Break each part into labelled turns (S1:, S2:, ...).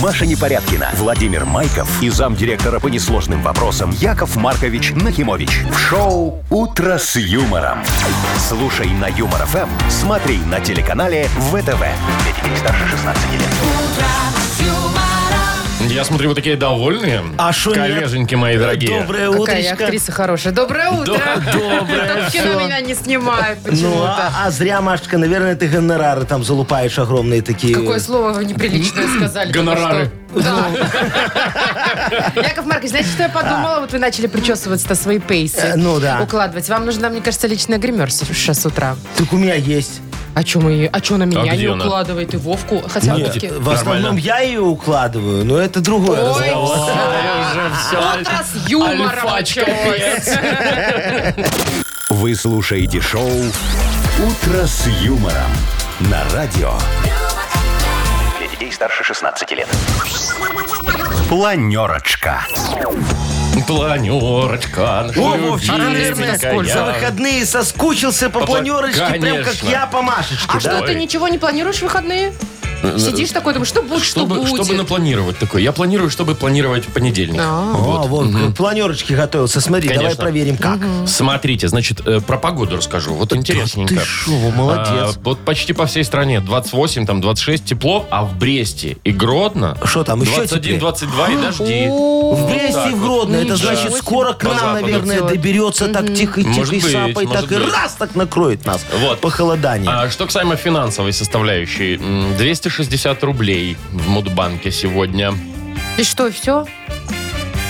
S1: Маша Непорядкина, Владимир Майков и замдиректора по несложным вопросам Яков Маркович Нахимович. В шоу «Утро с юмором». Слушай на Юмор ФМ, смотри на телеканале ВТВ. Для детей старше 16 лет.
S2: Я смотрю, вы такие довольные.
S3: А шо нет? Э,
S2: Коллеженьки мои дорогие.
S3: Доброе
S4: Какая
S3: утречко.
S4: актриса хорошая. Доброе утро.
S3: Доброе.
S4: В кино
S3: всё.
S4: меня не снимают
S3: Ну, а,
S4: почему-то.
S3: а зря, Машечка, наверное, ты гонорары там залупаешь огромные такие.
S4: Какое слово вы неприличное сказали. только
S2: Гонорары.
S4: что. Да. Яков Маркович, знаете, что я подумала? Вот вы начали причесывать-то свои пейсы.
S3: Э, ну да.
S4: Укладывать. Вам нужна, мне кажется, личная гример сейчас с утра.
S3: Так у меня есть.
S4: А что мы, а чё на меня не
S2: где она?
S4: укладывает? И Вовку. Хотя
S3: Нет,
S4: Вовке-
S3: А, в основном
S2: Нормально.
S3: я ее укладываю, но это другой
S4: Ой,
S3: разговор.
S2: уже все.
S4: утро с юмором
S2: Альфачка
S4: началось.
S1: Вы слушаете шоу «Утро с юмором» на радио. Для детей старше 16 лет. Планерочка.
S2: Планерочка.
S3: О, Вовчик, За выходные соскучился по
S2: Папа,
S3: планерочке, прям как
S2: конечно.
S3: я по Машечке,
S4: А
S3: да?
S4: что, ты ничего не планируешь в выходные? Сидишь такой, думаешь, что будет, что
S2: Чтобы, чтобы
S4: будет.
S2: напланировать такое. Я планирую, чтобы планировать в понедельник.
S4: А.
S3: О, вот, к планерочке готовился. Смотри, давай
S2: Конечно.
S3: проверим, как.
S2: Смотрите, значит, э, про погоду расскажу. Вот интересненько.
S3: ты шо, молодец.
S2: А, вот почти по всей стране 28, там 26 тепло, а в Бресте и Гродно
S3: А Шо там, еще
S2: 21,
S3: теплее?
S2: 22 и дожди.
S3: В Бресте и в Гродно. Это
S4: Ничего
S3: значит,
S4: себе.
S3: скоро к
S2: По
S3: нам,
S2: западу
S3: наверное,
S4: идет.
S3: доберется так
S2: Может
S3: тихой-тихой
S2: быть,
S3: сапой,
S2: может
S3: так и
S2: быть.
S3: раз так накроет нас.
S2: Вот.
S3: Похолодание.
S2: А что касаемо финансовой составляющей, м, 260 рублей в Мудбанке сегодня.
S4: И что, все?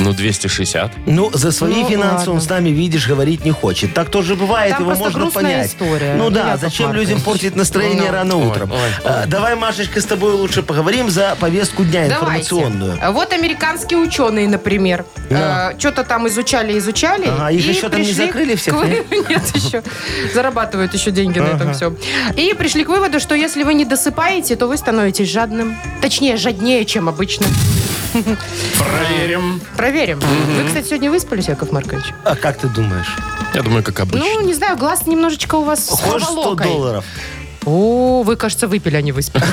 S2: Ну, 260.
S3: Ну, за свои
S4: Ну,
S3: финансы он
S4: ладно.
S3: с нами, видишь, говорить не хочет. Так тоже бывает,
S4: Там
S3: его
S4: просто
S3: можно
S4: грустная
S3: понять.
S4: история,
S3: Ну да,
S4: Яков
S3: зачем
S4: Маркович.
S3: людям портить настроение
S4: Ну.
S3: рано утром? А, давай, Машечка, с тобой лучше поговорим за повестку дня информационную.
S4: Давайте. А Вот американские ученые, например, что-то там изучали, изучали.
S3: Ага, их
S4: и
S3: еще там не
S4: пришли
S3: закрыли
S4: к
S3: всех,
S4: вы- Нет, еще. Зарабатывают еще деньги на этом все. И пришли к выводу, что если вы не досыпаете, то вы становитесь жадным. Точнее, жаднее, чем обычно.
S2: Проверим.
S4: Проверим. Вы, кстати, сегодня выспались, Яков Маркович?
S3: А как ты думаешь?
S2: Я думаю, как
S4: Ну,
S2: обычно.
S4: не знаю, глаз немножечко у вас с
S3: Хочешь 100
S4: поволокой.
S3: долларов?
S4: О, вы, кажется, выпили, а не выспались.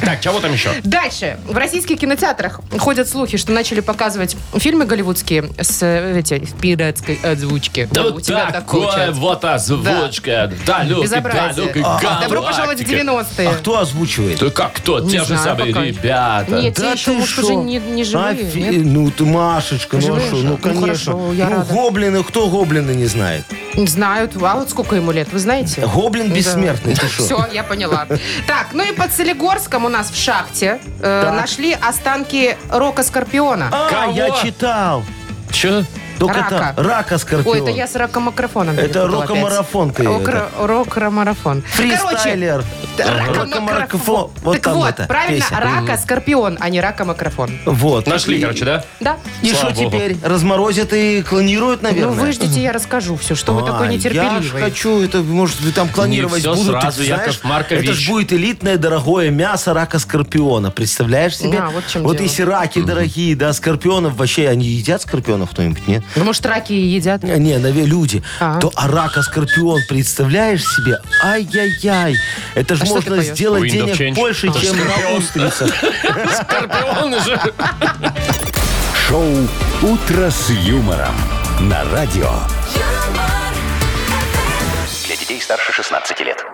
S2: Так, чего там еще?
S4: Дальше. В российских кинотеатрах ходят слухи, что начали показывать фильмы голливудские с э, эти, в пиратской озвучке.
S2: Да
S4: у
S2: вот
S4: тебя так
S2: такое
S4: получается.
S2: вот озвучка. Далекий,
S4: Безобразие.
S2: далекий
S4: Добро пожаловать в
S2: галактики.
S4: 90-е.
S3: А кто озвучивает?
S2: Да как кто?
S4: Не
S2: Те же
S4: знаю
S2: самые
S4: пока.
S2: ребята.
S4: Нет, те еще, может, уже не, не живые.
S3: Офи-
S4: нет?
S3: Ну ты, Машечка, ну а
S4: Живые
S3: шо?
S4: же.
S3: Ну
S4: Ну,
S3: конечно.
S4: хорошо, я рада.
S3: гоблины, кто гоблина не знает?
S4: Не Знают. А вот сколько ему лет, вы знаете?
S3: Гоблин бессмертный, ты шо?
S4: Все, я поняла. Так, ну и под Солигорском у нас в шахте э,
S3: Так.
S4: нашли останки Рока Скорпиона.
S3: А,
S2: Кого?
S3: я читал.
S2: Че?
S3: Только
S4: Рака.
S3: это рака скорпион.
S4: Ой, это я с ракомакрофоном.
S3: Это
S4: перепутала опять.
S3: рокомарафон ты. это.
S4: Рок- Рок-ромарафон. Короче,
S3: Фристайлер.
S4: Ракомакрофон.
S3: Вот
S4: так
S3: там
S4: вот,
S3: это,
S4: правильно,
S3: песня.
S4: рака, скорпион, а не ракомакрофон.
S3: Вот.
S2: Нашли,
S3: И-
S2: короче, да?
S4: Да?
S3: И что
S2: Слава богу.
S3: теперь? Разморозят и клонируют, наверное?
S4: Ну, вы ждите, я расскажу все, что вы
S3: А,
S4: такой
S3: Я ж
S4: нетерпеливый.
S3: хочу, это, может, вы там клонировать
S2: всё
S3: будут. ты
S2: сразу,
S3: знаешь,
S2: Яков Маркович.
S3: Это ж будет элитное дорогое мясо рака скорпиона. Представляешь себе?
S4: А, вот в чём дело.
S3: если раки дорогие, да, скорпионов вообще, они едят скорпионов кто-нибудь, нет? А,
S4: Ну, может, раки и едят?
S3: Не, Не, наве- люди.
S4: Ага.
S3: То а рака скорпион, представляешь себе? Ай-яй-яй. Это же
S4: А что ты
S3: можно
S4: поешь?
S3: сделать
S2: Wind of
S3: денег
S2: change.
S3: больше,
S2: Это ж
S3: чем на
S2: скорпион.
S3: устрицах.
S2: Скорпион же.
S1: Шоу «Утро с юмором» на радио. Для детей старше 16 лет.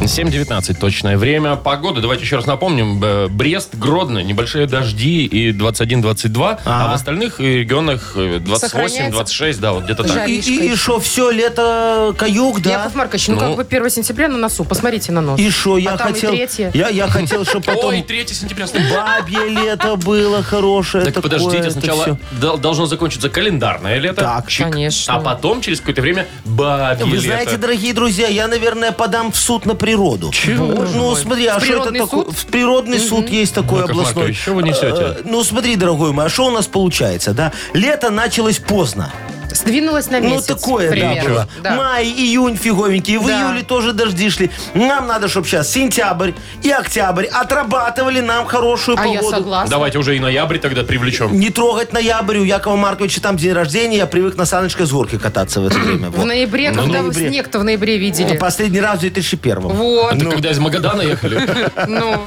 S2: 7.19 точное время. Погода, давайте еще раз напомним. э, Брест, Гродно, небольшие дожди и 21-22, а в остальных регионах э, 28-26, да, вот где-то так.
S4: Жаль.
S3: И что, все, лето каюк, да?
S4: Яков Маркович, ну,
S2: Ну.
S4: как бы 1 сентября на носу, посмотрите на нос.
S3: И что, я
S4: А там и
S3: хотел...
S4: третье.
S3: Я я хотел, чтобы
S2: Ой,
S3: потом
S2: 3 сентября.
S3: бабье лето было хорошее.
S2: Так
S3: такое,
S2: подождите,
S3: это всё.
S2: сначала дол- должно закончиться календарное лето.
S3: Так.
S2: Чик.
S4: Конечно.
S2: А потом, через какое-то время, бабье
S3: Вы
S2: лето.
S3: знаете, дорогие друзья, я, наверное, подам в суд на природу.
S2: Чего?
S3: Вот, Ну, смотри, а
S4: В
S3: что это
S4: природный
S3: такое?
S4: суд?
S3: В природный суд есть такой
S2: Яков
S3: областной.
S2: Маркович, что вы несете?
S3: Э, Ну, смотри, дорогой мой, а что у нас получается, да? Лето началось поздно.
S4: Сдвинулась на
S3: Ну,
S4: месяц.
S3: такое, да,
S4: примерно.
S3: было.
S4: Да.
S3: Май, июнь фиговенькие, в
S4: Да.
S3: июле тоже дожди шли. Нам надо, чтобы сейчас сентябрь и октябрь отрабатывали нам хорошую
S4: А я
S3: погоду.
S4: согласна.
S2: Давайте уже и ноябрь тогда привлечем.
S3: Не трогать ноябрь, у Якова Марковича там день рождения, я привык на саночкой с горки кататься в это время.
S4: В
S3: Вот.
S4: ноябре, когда вы
S3: ноябре.
S4: снег-то в ноябре видели.
S3: Последний раз в 2001
S4: Вот,
S2: Это А когда из Магадана ехали.
S4: ну.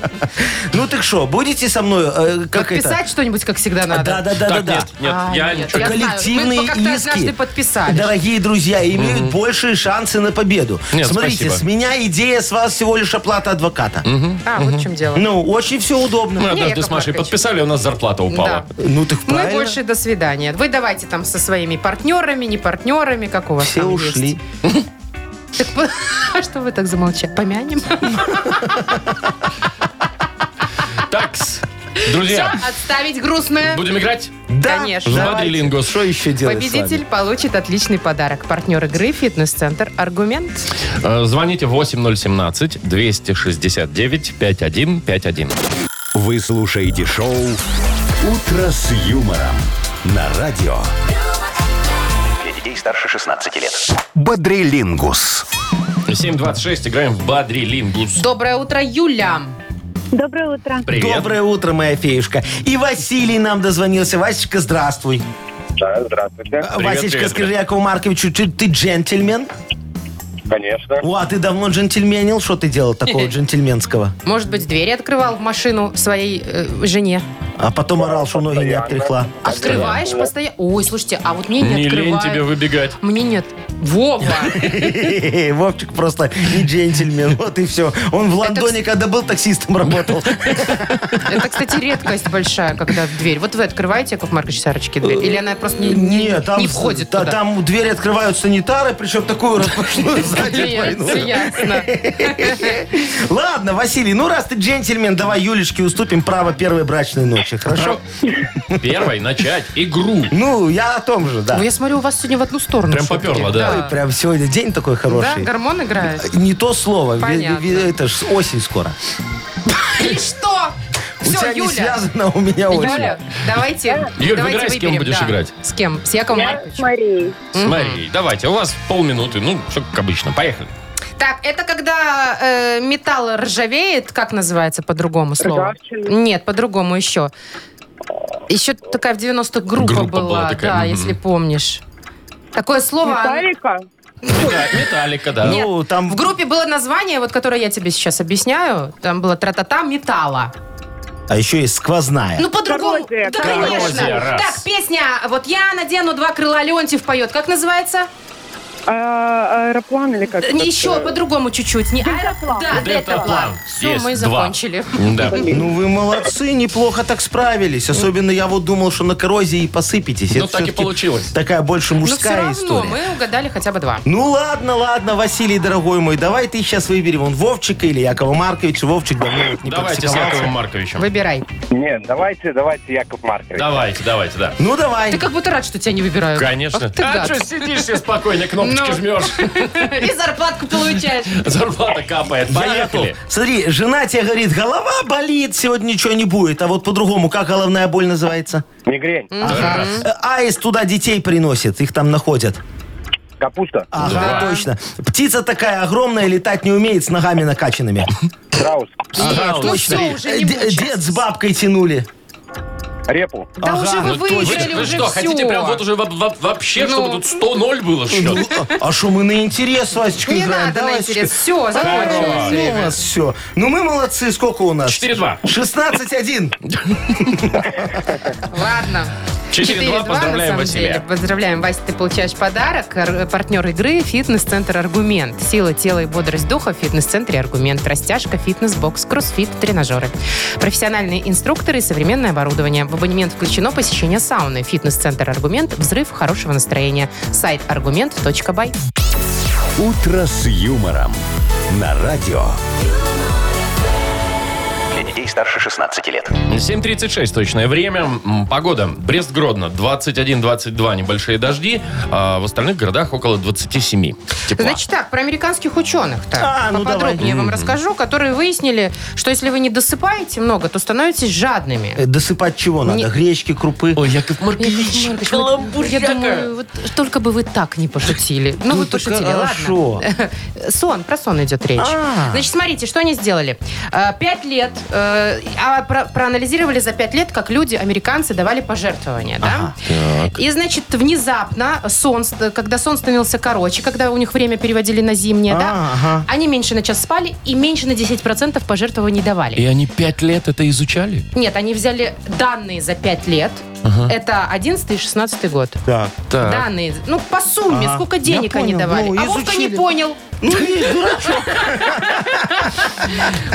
S3: Ну так что, будете со мной, э, как,
S4: Как
S3: это?
S4: писать что-нибудь, как всегда, надо.
S3: Да, да, да, да,
S2: Так,
S3: да.
S2: нет, нет,
S4: А,
S2: я
S4: нет,
S2: ничего.
S4: я- знаю.
S3: Коллективные
S4: Мы как-то
S3: иски,
S4: однажды подписались.
S3: дорогие друзья, имеют большие шансы на победу.
S2: Нет,
S3: Смотрите,
S2: спасибо.
S3: с меня идея, с вас всего лишь оплата адвоката.
S4: А, вот в чем дело.
S3: Ну, очень все
S2: Мы
S3: удобно.
S2: однажды
S4: Яков
S2: с Машей
S4: Маркович.
S2: подписали, у нас зарплата упала.
S4: Да.
S3: Ну так правильно.
S4: Мы больше до свидания. Вы давайте там со своими партнерами, не партнерами, как у вас
S3: Все
S4: там
S3: ушли.
S4: есть. Так, а что вы так замолчали? Помянем?
S2: Такс.
S4: Все,
S2: Друзья,
S4: отставить грустное.
S2: будем играть
S3: Да,
S4: Конечно.
S2: в
S4: Давайте.
S2: Мадрилингус.
S3: Что еще делать с вами?
S4: Победитель получит отличный подарок. Партнер игры «Фитнес-центр Аргумент».
S2: Э, Звоните 8017-269-5151.
S1: Вы слушаете шоу «Утро с юмором» на радио. Для детей старше 16 лет. Бодрилингус.
S2: 7.26, играем в Бадрилингус.
S4: Доброе утро, Юля.
S5: Доброе утро.
S2: Привет.
S3: Доброе утро, моя феюшка. И Василий нам дозвонился. Васечка, здравствуй.
S6: Да, здравствуйте.
S3: Э, Васечка,
S2: привет,
S3: скажи Якову Марковичу, ты, ты джентльмен?
S6: Конечно.
S3: О, а ты давно джентльменил? Что ты делал такого джентльменского?
S4: Может быть, двери открывал в машину своей э, жене?
S3: А потом орал, что ноги не обтряхла.
S4: Открываешь постоянно? Ой, слушайте, а вот мне не,
S2: Не лень
S4: открывают.
S2: тебе выбегать.
S4: Мне нет. Вова!
S3: Вовчик просто не джентльмен. Вот и все. Он в Лондоне, когда был таксистом, работал.
S4: Это, кстати, редкость большая, когда в дверь. Вот вы открываете, Яков Маркович, Сарочки дверь? Или она просто не, не-
S3: Нет, там,
S4: не входит
S3: та-
S4: туда?
S3: там дверь открывают санитары, причем такую распашную сзади
S4: Нет,
S3: двойную.
S4: ясно.
S3: Ладно, Василий, ну раз ты джентльмен, давай Юлечке уступим право первой брачной ночи, хорошо?
S2: Первой начать игру.
S3: Ну, я о том же, да.
S4: Ну, Я смотрю, у вас сегодня в одну сторону.
S2: Прям
S4: всё-таки.
S2: попёрло, да.
S3: Ой, прям сегодня день такой
S4: Да,
S3: хороший.
S4: гормон играет.
S3: Не то слово. Ви- ви-
S4: Понятно.
S3: Это ж осень скоро.
S4: И что?
S3: у тебя
S4: Все,
S3: не
S4: Юля.
S3: связано, у меня
S4: Юля,
S3: осень.
S4: давайте,
S2: Юль,
S4: давайте
S2: выбирай, с кем
S4: выберем,
S2: будешь
S4: да.
S2: играть.
S4: С кем? С Яковом
S5: Я с
S4: Марковичем.
S5: Марией.
S2: Смотри, давайте, у вас полминуты, ну, все как обычно. Поехали.
S4: Так, это когда э, металл ржавеет, как называется по-другому слово?
S5: Ржавчина.
S4: Нет, по-другому еще. Еще такая в 90-х группа,
S2: Группа была такая,
S4: да,
S2: мгм.
S4: если помнишь. Такое слово...
S5: Металлика?
S2: Мета- Металлика, да.
S4: Нет,
S3: Ну, там
S4: В группе было название, вот которое я тебе сейчас объясняю. Там было тра-та-та металла.
S3: А еще есть сквозная.
S4: Ну, по-другому.
S5: Коррозия,
S4: Да,
S2: коррозия,
S4: конечно.
S2: раз.
S4: Так, песня «Вот я надену два крыла» Леонтьев поет. Как называется?
S5: А, аэроплан или как?
S4: Э, не Еще по-другому чуть-чуть. Не аэроплан. Да,
S2: Дельтаплан.
S4: дельтаплан. Все,
S2: Есть
S4: мы
S2: два.
S4: закончили.
S2: Да.
S3: Ну, вы молодцы, неплохо так справились.
S4: Ну.
S3: Особенно я вот думал, что на коррозии и посыпетесь.
S2: Ну,
S3: Это
S2: так и
S3: всё-таки
S2: получилось.
S3: Такая больше
S4: Но все
S3: мужская
S4: равно
S3: история.
S4: мы угадали хотя бы два.
S3: Ну ладно, ладно, Василий, дорогой мой, давай ты сейчас выбери вон Вовчика или Якова Марковича. Вовчик давно вот не
S2: Давайте с
S3: практиковался.
S2: Яковом Марковичем.
S4: Выбирай.
S6: Нет, давайте, давайте, Яков Маркович.
S2: Давайте, давайте, да.
S3: Ну давай.
S4: Ты как будто рад, что тебя не выбирают.
S2: Конечно.
S4: Ах ты
S2: а
S4: гад.
S2: что сидишь себе спокойно, кнопочки
S4: Ну.
S2: жмешь,
S4: И зарплатку получаешь.
S2: зарплата капает. Поехали.
S3: Яков, Смотри, жена тебе говорит, голова болит, сегодня ничего не будет. А вот по-другому, как головная боль называется?
S6: Мигрень.
S3: Ага. Э, Аист туда детей приносит, их там находят.
S6: Капуста.
S3: Ага,
S2: Да.
S3: точно. Птица такая огромная, летать не умеет, с ногами накачанными.
S6: Страус.
S2: Ага,
S4: ну
S2: точно.
S4: все уже не
S3: Э, де-
S4: мучайся.
S3: Дед с бабкой тянули.
S6: Репу.
S4: Да
S3: Ага,
S4: уже вы
S3: ну точно.
S2: Вы
S4: выиграли,
S2: вы
S4: уже
S2: что,
S4: все.
S2: хотите прям вот уже во- во- вообще, чтобы
S4: Ну.
S2: тут 100-0 было
S3: Ну,
S2: счет?
S3: а- А что мы на интерес, Васечка,
S4: Не
S3: играем?
S4: надо
S3: Да,
S4: на
S3: Васечка? Э,
S4: интерес. Все, закончилось
S2: Давай.
S3: Ну, у
S4: время.
S3: вас все. Ну, мы молодцы. Сколько у нас?
S2: 4-2.
S3: 16-1.
S4: Ладно.
S2: 4-2,
S4: 4-2,
S2: поздравляем Василия.
S4: Поздравляем, Вася, ты получаешь подарок. Ар- Партнер игры – фитнес-центр «Аргумент». Сила тела и бодрость духа в фитнес-центре «Аргумент». Растяжка, фитнес-бокс, кроссфит, тренажеры. Профессиональные инструкторы и современное оборудование. В абонемент включено посещение сауны. Фитнес-центр «Аргумент». Взрыв хорошего настроения. Сайт «Аргумент.бай».
S1: «Утро с юмором» на радио. детей старше 16 лет.
S2: 7.36 точное время. М, Погода. Брест-Гродно 21-22 небольшие дожди, а в остальных городах около 27 тепла.
S4: Значит так, про американских ученых
S3: А, ну
S4: поподробнее я вам расскажу, которые выяснили, что если вы не досыпаете много, то становитесь жадными.
S3: Э, Досыпать чего надо? Гречки, крупы?
S2: Ой, Яков
S4: Яков
S2: Маркович,
S4: Маркович, вот Я думаю, вот только бы вы так не пошутили.
S3: Ну,
S4: Ну, вы
S3: так
S4: пошутили,
S3: хорошо.
S4: ладно. Сон, про сон идет речь.
S3: А.
S4: Значит, смотрите, что они сделали. Э, Пять лет, э, а про- проанализировали за пять лет, как люди, американцы, давали пожертвования, да? И, значит, внезапно сон, ст- когда сон становился короче, когда у них время переводили на зимнее, да?
S3: А, ага.
S4: Они меньше на час спали и меньше на 10% пожертвований давали.
S2: И они пять лет это изучали?
S4: Нет, они взяли данные за 5 лет. Это 11 и 16 год.
S3: Так.
S2: Так.
S4: Данные. Ну, по сумме,
S3: Ага.
S4: сколько денег
S3: А. Я
S4: они
S3: понял.
S4: давали.
S3: Ну,
S4: а Вовка не
S3: изучили.
S4: понял.
S3: Ну, видишь, дурачок.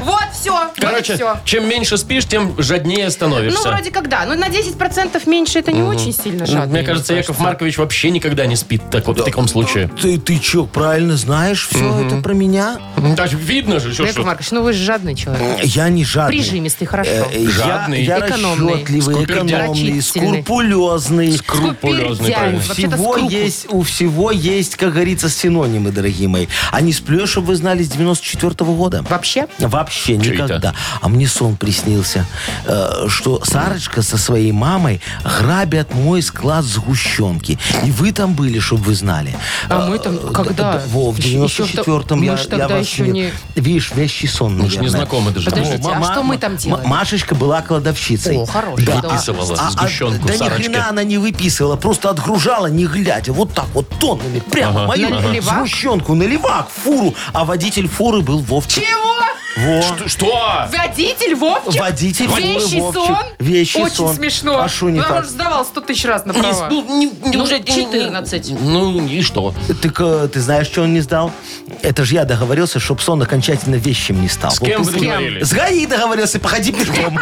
S4: Вот, все.
S2: Короче,
S4: все.
S2: чем меньше спишь, тем жаднее
S4: Ну,
S2: становишься.
S4: вроде как да. Ну, на 10% меньше это не очень сильно
S2: Ну,
S4: жадно.
S2: Мне кажется, Яков Маркович вообще никогда не спит так, вот в таком случае.
S3: Ты, ты чё, правильно знаешь все это про меня?
S2: Даже видно же, что,
S4: Яков
S2: что
S4: Маркович, ну вы же жадный человек.
S3: Я не жадный.
S4: Прижимистый, хорошо.
S3: Э, я-
S2: Жадный.
S3: Я,
S4: Экономный.
S3: расчетливый,
S2: Скупердяй.
S3: экономный,
S4: Рачительный.
S3: скрупулезный.
S2: крупулезный, правильно.
S4: Скупердяй. Вообще-то
S3: Всего
S4: скрупул.
S3: есть, у всего есть, как говорится, синонимы, дорогие мои. А не сплю, чтобы вы знали, с 94 года.
S4: Вообще?
S3: Вообще
S2: Чё это?
S3: никогда. А мне сон приснился, э, что Сарочка со своей мамой грабят мой склад сгущенки. И вы там были, чтобы вы знали.
S4: А мы там
S3: Э,
S4: когда?
S3: да, да, Во, в
S4: Ещё- ещё в то-
S3: 94-м я,
S4: мы ж
S3: я
S4: тогда
S3: вас
S4: еще не-
S3: Видишь, вещий сон,
S2: Мы ж не
S3: наверное.
S2: знакомы даже.
S4: Подождите,
S2: О,
S4: а что мы там делали?
S3: М- Машечка была кладовщицей.
S4: О, хорошая.
S3: Да.
S4: Да.
S2: Выписывала
S3: А- а-
S2: сгущенку
S3: да ни
S2: Сарочке.
S3: хрена она не выписывала, просто отгружала, не глядя. Вот так вот тоннами, прямо
S2: Ага,
S3: мою
S4: ага. Наливак?
S3: сгущенку, наливак, в фуру. А водитель фуры был Вовчик.
S4: Чего?
S3: Во.
S2: Что- Что?
S4: Водитель Вовчик?
S3: Водитель фуры
S4: Вещий
S3: Вовчик.
S4: сон?
S3: Вещий
S4: Очень
S3: сон.
S4: смешно.
S3: А шо не
S4: Потому
S3: так?
S4: что сдавал 100 тысяч раз на права. Ну, уже 14.
S2: э, Ну и что?
S3: Так э, ты знаешь, что он не сдал? Это же я договорился, чтоб сон окончательно вещим не стал.
S2: А, С кем вы
S4: с кем?
S2: договорились?
S3: С ГАИ договорился, походи пешком.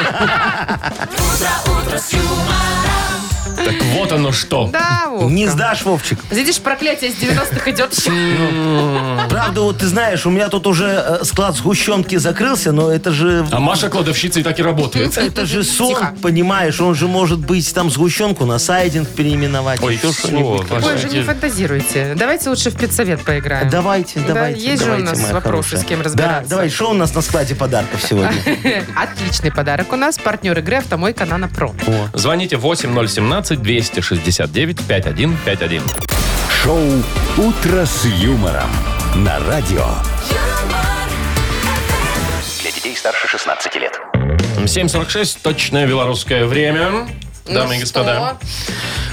S2: Так вот оно что.
S4: Да, Вов.
S3: Не сдашь, Вовчик.
S4: Видишь, проклятие с 90-х идет.
S3: Правда, вот ты знаешь, у меня тут уже э, склад сгущенки закрылся, но это же...
S2: А Маша кладовщица и так и работает.
S3: Это же сон,
S4: А. Тихо.
S3: понимаешь? Он же может быть там сгущенку на сайдинг переименовать.
S2: Ой,
S3: еще
S2: всё,
S3: что-нибудь.
S2: Вася.
S4: Ой, же не фантазируйте. Давайте лучше в педсовет поиграем.
S3: Давайте,
S4: Да,
S3: давайте.
S4: есть же у
S3: давайте,
S4: нас
S3: моя
S4: вопросы,
S3: хорошая.
S4: с кем разбираться. Э,
S3: Да, давай, что у нас на складе подарков сегодня?
S4: Отличный подарок у нас. Партнер игры «Автомойка Нано Про».
S2: Звоните 8017-269-5151.
S1: Шоу «Утро с юмором» на радио. Для детей старше 16 лет.
S2: 7.46, точное белорусское время. Дамы и господа,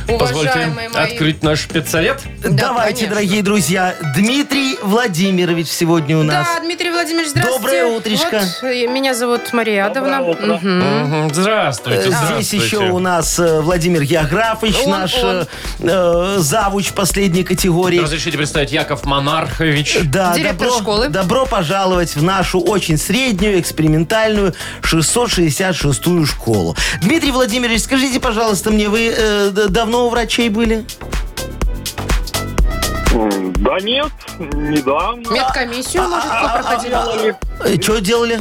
S2: Ну позвольте открыть наш спецсовет.
S3: Давайте,
S4: конечно.
S3: дорогие друзья. Дмитрий Владимирович сегодня у нас.
S4: Да, Дмитрий Владимирович, здравствуйте.
S3: Доброе утречко.
S4: Вот, э, меня зовут Мария Адовна. Мгм.
S2: Мгм. Здравствуйте, здравствуйте.
S3: Э, Здесь еще у нас э, Владимир Географович,
S4: Он,
S3: наш э,
S4: он.
S3: э, завуч последней категории.
S2: Разрешите представить Яков Монархович.
S3: Да,
S4: Директор
S3: добро,
S4: школы.
S3: добро пожаловать в нашу очень среднюю, экспериментальную 666-ю школу. Дмитрий Владимирович, скажите, пожалуйста, мне, вы э, д- давно у врачей были?
S6: Да нет, недавно.
S4: Медкомиссию, может, кто проходил?
S2: А,
S3: Что Э, делали?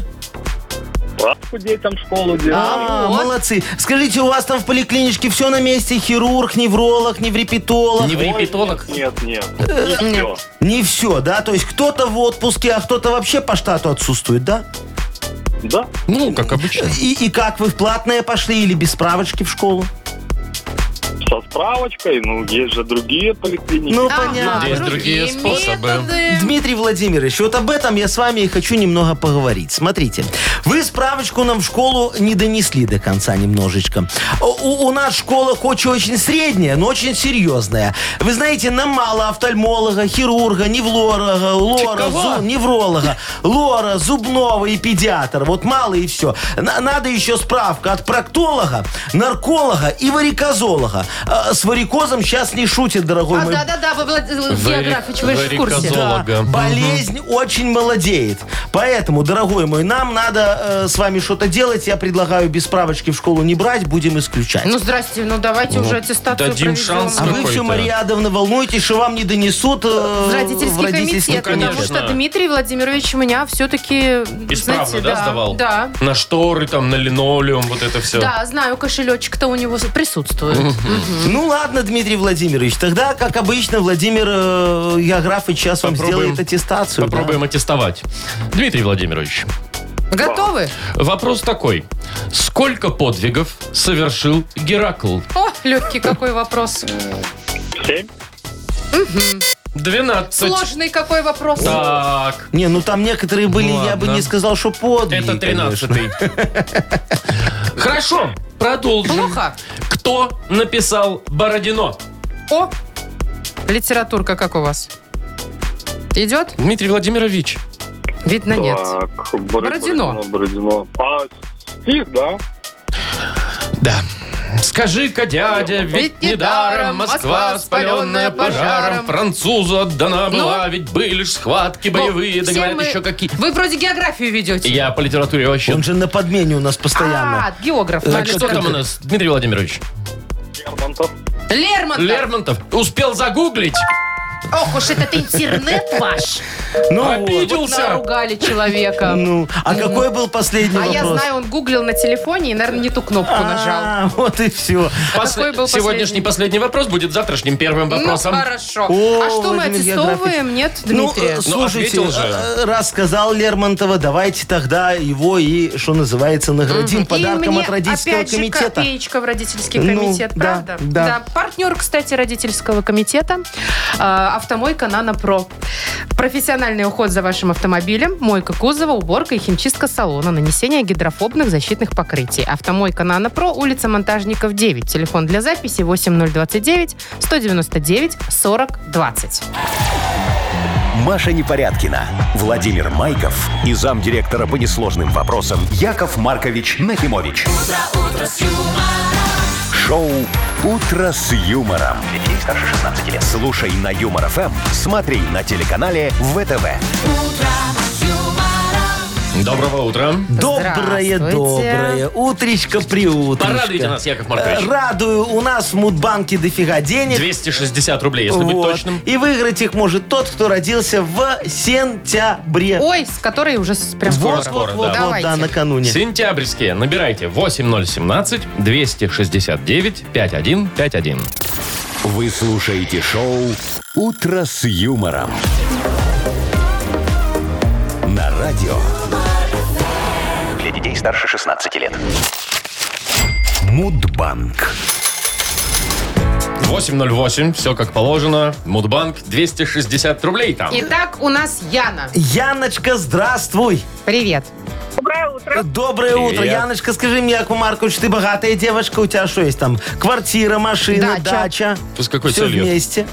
S6: Папку детям в школу делали.
S3: А,
S4: вот.
S3: молодцы. Скажите, у вас там в поликлиничке все на месте? Хирург, невролог, неврепетолог?
S2: Не в репетолог.
S6: Нет, нет. Не всё.
S3: Не все, да? То есть кто-то в отпуске, а кто-то вообще по штату отсутствует, да?
S6: Да,
S2: Ну, как обычно.
S3: И, и как, вы в платное пошли или без справочки в школу?
S6: со справочкой, ну, есть же другие поликлиники.
S3: Ну,
S4: Ага,
S3: понятно.
S2: а, Есть другие способы.
S4: методы.
S3: Дмитрий Владимирович, вот об этом я с вами и хочу немного поговорить. Смотрите, вы справочку нам в школу не донесли до конца немножечко. У, у нас школа хоть и очень средняя, но очень серьезная. Вы знаете, нам мало офтальмолога, хирурга, невролога, лора,
S2: Чего?
S3: зу- невролога, лора, зубного и педиатра. Вот мало и все. На- надо еще справка от проктолога, нарколога и варикозолога. э, с варикозом сейчас не шутит, дорогой
S4: А,
S3: мой.
S4: да-да-да, вы, Влад- Географович, вы же в курсе.
S2: варикозол. Зоолога.
S3: болезнь очень молодеет. Поэтому, дорогой мой, нам надо э, с вами что-то делать. Я предлагаю без справочки в школу не брать, будем исключать.
S4: Ну, здрасте, ну давайте уже аттестацию
S2: дадим
S4: проведем.
S2: шанс.
S3: а вы все,
S2: какой-то.
S3: Мария Адовна, волнуетесь, что вам не донесут э,
S4: В
S3: в
S4: родительский, комитет,
S2: Ну,
S4: потому
S2: конечно.
S4: что Дмитрий Владимирович меня все-таки...
S2: Исправно, да, сдавал?
S4: Да.
S2: На шторы, там, на линолеум, вот это все.
S4: Да, знаю, кошелечек-то у него присутствует.
S3: Ну ладно, Дмитрий Владимирович, тогда, как обычно, Владимир э, Географович сейчас вам
S2: Попробуем.
S3: сделает аттестацию. да.
S2: Попробуем аттестовать. Дмитрий Владимирович,
S4: Готовы?
S2: вопрос такой. Сколько подвигов совершил Геракл?
S4: О, легкий какой вопрос.
S6: Семь.
S2: 12.
S4: Сложный какой вопрос.
S2: Так.
S3: Не, ну там некоторые были, я бы
S2: Ладно.
S3: не сказал, что подвиги.
S2: Это
S3: конечно.
S2: 13 Хорошо, продолжим.
S4: Плохо.
S2: Кто написал Бородино?
S4: О, литературка как у вас? Идет?
S2: Дмитрий Владимирович.
S4: Видно, нет.
S6: Так, Борис-
S4: Бородино.
S6: Бородино. А, стих, да?
S2: Да. Скажи-ка, дядя, ведь недаром Москва, спаленная пожаром, французу отдана была, ведь были ж схватки боевые,
S4: Ну,
S2: да
S4: все
S2: говорят
S4: мы-
S2: еще какие.
S4: Вы вроде географию ведете.
S2: Я по литературе вообще...
S3: Он же на подмене у нас постоянно.
S4: А, географ.
S2: Так,
S4: на
S2: что там у
S4: литературе.
S2: нас, Дмитрий Владимирович?
S6: Лермонтов.
S4: Лермонтов.
S2: Лермонтов успел загуглить,
S4: А Ох уж этот интернет ваш.
S3: Ну, вот.
S2: обиделся.
S4: Наругали человека.
S3: Ну, а какой был последний
S4: А
S3: вопрос?
S4: я знаю, он гуглил на телефоне и, наверное, не ту кнопку нажал.
S3: А, вот и все.
S2: Пос-
S4: какой был
S2: Сегодняшний
S4: последний?
S2: последний вопрос будет завтрашним первым вопросом.
S4: Ну, хорошо.
S3: О,
S4: а что мы
S3: Владимир
S4: аттестовываем? Нет,
S3: Ну,
S4: Дмитрия?
S3: э, слушайте,
S2: ответил же.
S3: э, раз сказал Лермонтова, давайте тогда его и, что называется, наградим
S4: И
S3: подарком
S4: мне
S3: от родительского
S4: опять же
S3: комитета.
S4: копеечка в родительский
S3: Ну,
S4: комитет,
S3: да,
S4: правда?
S3: да.
S4: Партнер, кстати, родительского комитета э, автомойка «Нано Про». Профессиональный уход за вашим автомобилем, мойка кузова, уборка и химчистка салона, нанесение гидрофобных защитных покрытий. Автомойка «Нано Про», улица Монтажников, 9. Телефон для записи 8029 199 40 20.
S1: Маша Непорядкина, Владимир Майков и замдиректора по несложным вопросам Яков Маркович Нахимович. Шоу Утро с юмором. Для детей старше 16 лет. Слушай на юмор ФМ, смотри на телеканале ВТВ.
S2: Доброго утра.
S3: Доброе,
S4: Здравствуйте.
S3: доброе. Утречко при
S2: Порадуйте нас, Яков Маркович.
S3: Радую. У нас в Мудбанке дофига денег.
S2: 260 рублей, если быть
S3: Вот.
S2: точным.
S3: И выиграть их может тот, кто родился в сентябре.
S4: Ой, с которой уже с- прям
S3: вот,
S4: скоро.
S3: вот,
S2: скоро,
S3: вот,
S2: да.
S3: вот, да,
S4: Давайте.
S3: накануне.
S2: Сентябрьские. Набирайте 8017 269 5151.
S1: Вы слушаете шоу Утро с юмором. На радио. Для детей старше 16 лет. Мудбанк.
S2: 808, все как положено. Мудбанк 260 рублей там.
S4: Итак, у нас Яна.
S3: Яночка, здравствуй.
S4: Привет.
S5: Доброе утро.
S3: Доброе
S2: Привет.
S3: утро. Яночка, скажи мне, Яков Маркович, ты богатая девушка, у тебя что есть там? Квартира, машина,
S4: Дача.
S3: дача.
S2: С какой
S3: Все
S2: целью?
S3: вместе.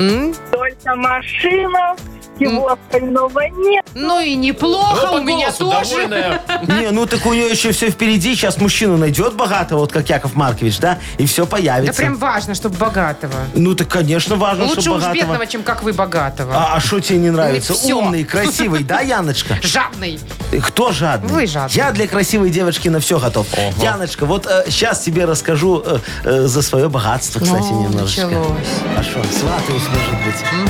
S4: М?
S5: Только машина, всего остального нет.
S4: Ну и неплохо,
S2: Ну, по
S4: у меня
S2: голосу
S4: тоже.
S2: довольная.
S3: Не, ну так у нее еще все впереди. Сейчас мужчину найдет богатого, вот как Яков Маркович, да? И все
S4: Да
S3: появится.
S4: прям важно, чтобы богатого.
S3: Ну так, конечно, важно,
S4: Лучше
S3: чтобы
S4: уж
S3: богатого.
S4: бедного, чем как вы богатого.
S3: А что тебе не нравится?
S4: Ну и всё.
S3: Умный, красивый, да, Яночка?
S4: Жадный.
S3: Кто жадный?
S4: Вы жадный.
S3: Я для красивой девочки на все готов. Яночка, вот сейчас тебе расскажу э, э, за свое богатство, кстати,
S4: О,
S3: немножечко.
S4: Ну, началось.
S3: А что, сватаюсь, может быть?